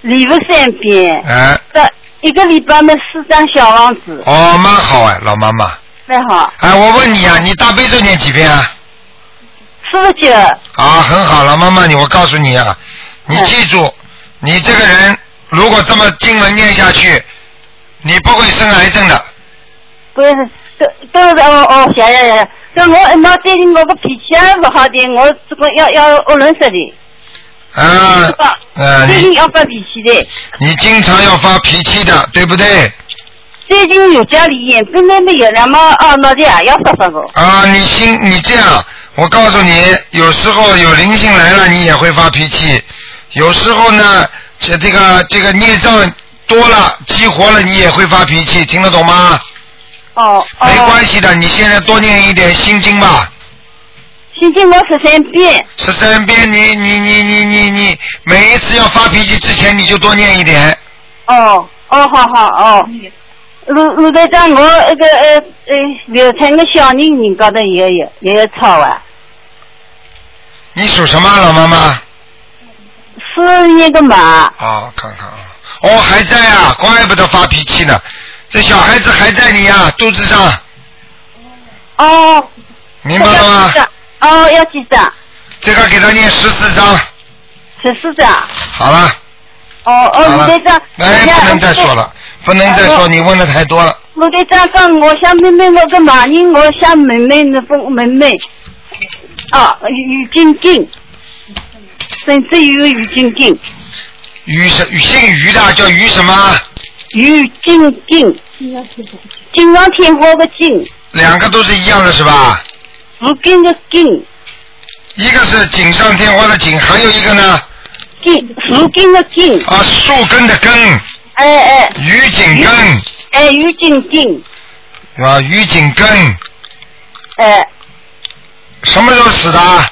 [SPEAKER 6] 礼佛三遍，
[SPEAKER 1] 哎，
[SPEAKER 6] 这一个礼拜们四张小王子，
[SPEAKER 1] 哦，蛮好哎，老妈妈。
[SPEAKER 6] 蛮好，
[SPEAKER 1] 哎，我问你啊，你大悲咒念几遍啊？
[SPEAKER 6] 四十九，
[SPEAKER 1] 啊，很好了，妈妈你，我告诉你啊，你记住，你这个人如果这么经文念下去，你不会生癌症的。
[SPEAKER 6] 不是，都都是哦哦，行行行，这我脑袋里我个脾气也不好的，我这个要要恶人说的， <laughs>
[SPEAKER 1] 啊，呃，
[SPEAKER 6] 最
[SPEAKER 1] 你
[SPEAKER 6] 近要发脾气的，
[SPEAKER 1] 你经常要发脾气的，对不对？
[SPEAKER 6] 最近有家里人本来没有了嘛，哦，脑袋也要发发个，
[SPEAKER 1] 啊，你心你这样，我告诉你，有时候有灵性来了，你也会发脾气；有时候呢，这这个这个孽障多了，激活了，你也会发脾气，听得懂吗？
[SPEAKER 6] 哦哦，
[SPEAKER 1] 没关系的，你现在多念一点心经吧，
[SPEAKER 6] 心经我十三遍，
[SPEAKER 1] 十三遍你你你你你你，每一次要发脾气之前你就多念一点。
[SPEAKER 6] 哦哦，好好哦。鲁鲁队长，我那个呃呃，柳城的小人人高头也有也有草啊，
[SPEAKER 1] 你属什么，老妈妈？
[SPEAKER 6] 念个马，
[SPEAKER 1] 啊，看看啊，哦，还在啊，怪不得发脾气呢，这小孩子还在你呀、肚子上，
[SPEAKER 6] 哦，
[SPEAKER 1] 明白了吗？
[SPEAKER 6] 哦，要几张？
[SPEAKER 1] 这个给他念十四章，
[SPEAKER 6] 十四张。
[SPEAKER 1] 好了，
[SPEAKER 6] 哦哦，
[SPEAKER 1] 好
[SPEAKER 6] 卢
[SPEAKER 1] 了
[SPEAKER 6] 队长，
[SPEAKER 1] 哎，不能再说了，不能再
[SPEAKER 6] 呃
[SPEAKER 1] 说，你问的太多了，
[SPEAKER 6] 卢队长讲，我想问问我个马人，我想问问那个问问，啊，于晶晶，甚至于于晶晶，
[SPEAKER 1] 于什于姓于的叫于什么？
[SPEAKER 6] 于晶晶，锦上添花的锦，
[SPEAKER 1] 两个都是一样的是吧？
[SPEAKER 6] 如今的今，
[SPEAKER 1] 一个是锦上添花的锦，还有一个呢？
[SPEAKER 6] 今树根的根。
[SPEAKER 1] 啊，树根的根。
[SPEAKER 6] 哎哎。
[SPEAKER 1] 于锦根。
[SPEAKER 6] 哎，于晶晶，
[SPEAKER 1] 啊，于锦根。
[SPEAKER 6] 哎。
[SPEAKER 1] 什么时候死的啊？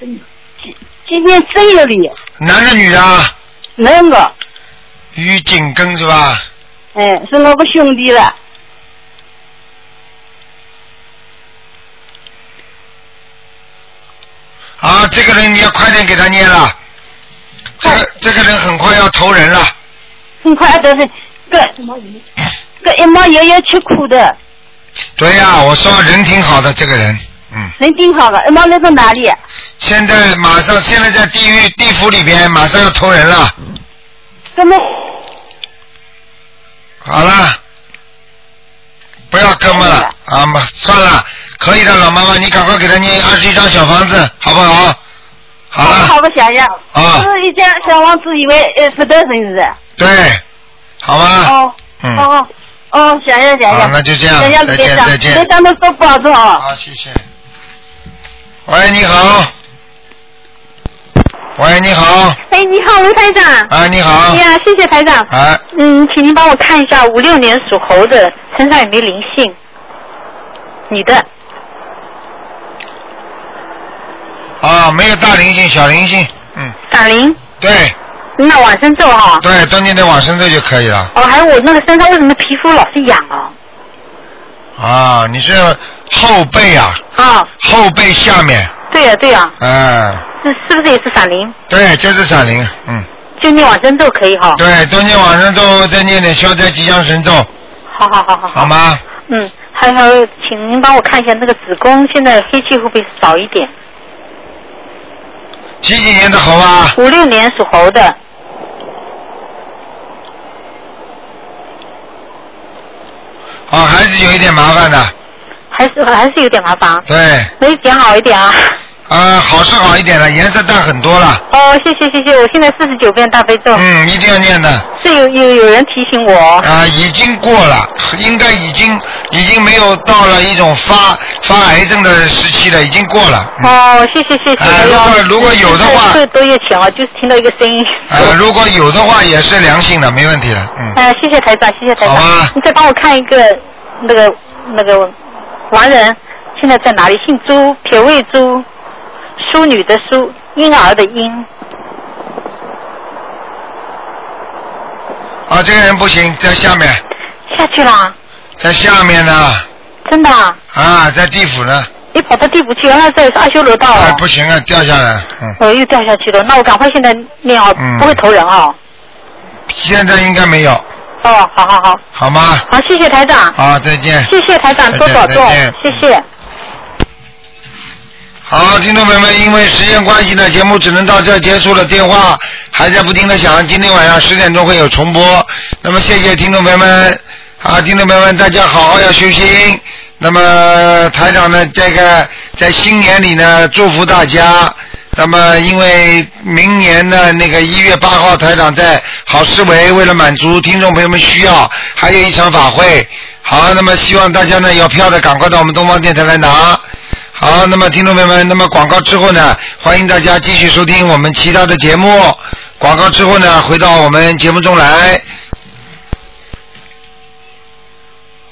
[SPEAKER 6] 今天真有理，
[SPEAKER 1] 男的女的啊？
[SPEAKER 6] 男的。
[SPEAKER 1] 于锦根是吧？
[SPEAKER 6] 哎，是我个兄弟了，
[SPEAKER 1] 啊，这个人你要快点给他念了。这
[SPEAKER 4] 哦
[SPEAKER 1] 个这个人很快要投人了，
[SPEAKER 6] 很快都是个个一毛爷爷吃苦的，
[SPEAKER 1] 对呀、我说人挺好的这个人，
[SPEAKER 6] 人挺好的，一毛来到哪里？
[SPEAKER 1] 现在马上现在在地狱地府里边，马上要投人了。
[SPEAKER 6] 怎么？
[SPEAKER 1] 好了，不要哥们了啊妈，算了，可以的，老妈妈，你赶快给他念二十一张小房子，好不好？好了，
[SPEAKER 6] 好不想想，
[SPEAKER 1] 啊
[SPEAKER 6] 就是一家小王子以为呃不得人是？
[SPEAKER 1] 对，好吧，
[SPEAKER 6] 哦
[SPEAKER 1] 嗯，
[SPEAKER 6] 哦哦，想想想
[SPEAKER 1] 好
[SPEAKER 6] 想，
[SPEAKER 1] 那就这样
[SPEAKER 6] 想想
[SPEAKER 1] 再
[SPEAKER 6] 别
[SPEAKER 1] 见
[SPEAKER 6] 长
[SPEAKER 1] 再见
[SPEAKER 6] 别长得都不好重哦。
[SPEAKER 1] 好，谢谢。喂，你好。喂，你好，
[SPEAKER 4] 哎，你好，卢台长。
[SPEAKER 1] 啊你好
[SPEAKER 4] 哎呀，谢谢台长。
[SPEAKER 1] 哎，
[SPEAKER 4] 嗯，请您帮我看一下，五六年属猴的身上有没有灵性？女的，
[SPEAKER 1] 啊，没有大灵性，小灵性，嗯，
[SPEAKER 4] 打铃。
[SPEAKER 1] 对。
[SPEAKER 4] 那往生咒哈。
[SPEAKER 1] 对，多念点往生咒就可以了。
[SPEAKER 4] 哦，还有我那个身上为什么皮肤老是痒哦？
[SPEAKER 1] 啊，你是后背啊，
[SPEAKER 4] 啊，
[SPEAKER 1] 后背下面，
[SPEAKER 4] 对呀、对呀、
[SPEAKER 1] 嗯，
[SPEAKER 4] 这是不是也是闪灵？
[SPEAKER 1] 对，就是闪灵，嗯，
[SPEAKER 4] 就念往生咒可以哈。
[SPEAKER 1] 对，多念往生咒，再念点消灾吉祥神咒，
[SPEAKER 4] 好好好好好。
[SPEAKER 1] 好吗？
[SPEAKER 4] 嗯，还有，请您帮我看一下那个子宫现在黑气会不会少一点？
[SPEAKER 1] 几几年的猴啊？
[SPEAKER 4] 五六年属猴的。
[SPEAKER 1] 啊，还是有一点麻烦的，
[SPEAKER 4] 还是还是有点麻烦，
[SPEAKER 1] 对，
[SPEAKER 4] 没有点好一点啊。
[SPEAKER 1] 啊，好是好一点了，颜色淡很多了，
[SPEAKER 4] 哦，谢谢谢谢，我现在四十九遍大悲咒。
[SPEAKER 1] 嗯，一定要念的。嗯
[SPEAKER 4] 是有有有人提醒我。
[SPEAKER 1] 啊，已经过了，应该已经已经没有到了一种发发癌症的时期了，已经过了。啊
[SPEAKER 4] 哦，谢谢谢谢。
[SPEAKER 1] 哎如果如果有的话
[SPEAKER 4] 是多月前啊，就是听到一个声音。 <laughs>
[SPEAKER 1] 呃，如果有的话也是良性的，没问题的，嗯。
[SPEAKER 4] 哎，谢谢台长，谢谢台长。你再帮我看一个那个那个亡人现在在哪里？姓朱，撇位朱，淑女的淑，婴儿的婴。
[SPEAKER 1] 啊，这个人不行，在下面，
[SPEAKER 4] 下去啦，
[SPEAKER 1] 在下面呢，
[SPEAKER 4] 真的啊，
[SPEAKER 1] 啊，在地府呢，
[SPEAKER 4] 你跑到地府去，原来在阿修罗道
[SPEAKER 1] 哎
[SPEAKER 4] 哦，，
[SPEAKER 1] 不行啊，掉下来，嗯，
[SPEAKER 4] 我又掉下去了。那我赶快现在念哦
[SPEAKER 1] 嗯，
[SPEAKER 4] 不会投人哦。
[SPEAKER 1] 现在应该没有，
[SPEAKER 4] 哦，好好好，
[SPEAKER 1] 好吗？
[SPEAKER 4] 好，谢谢台长，
[SPEAKER 1] 好，再见。
[SPEAKER 4] 谢谢台长，
[SPEAKER 1] 再见
[SPEAKER 4] 多保重
[SPEAKER 1] 再见，
[SPEAKER 4] 谢谢。
[SPEAKER 1] 好，听众朋友们，因为时间关系呢，节目只能到这儿结束了。电话还在不停的响，今天晚上十点钟会有重播。那么谢谢听众朋友们，啊，听众朋友们，大家好好要休息。那么台长呢，这个在新年里呢，祝福大家。那么，因为明年呢，那个一月八号，台长在好思维，为了满足听众朋友们需要，还有一场法会。好，那么希望大家呢有票的赶快到我们东方电台来拿。好，那么听众朋友们，那么广告之后呢，欢迎大家继续收听我们其他的节目。广告之后呢，回到我们节目中来。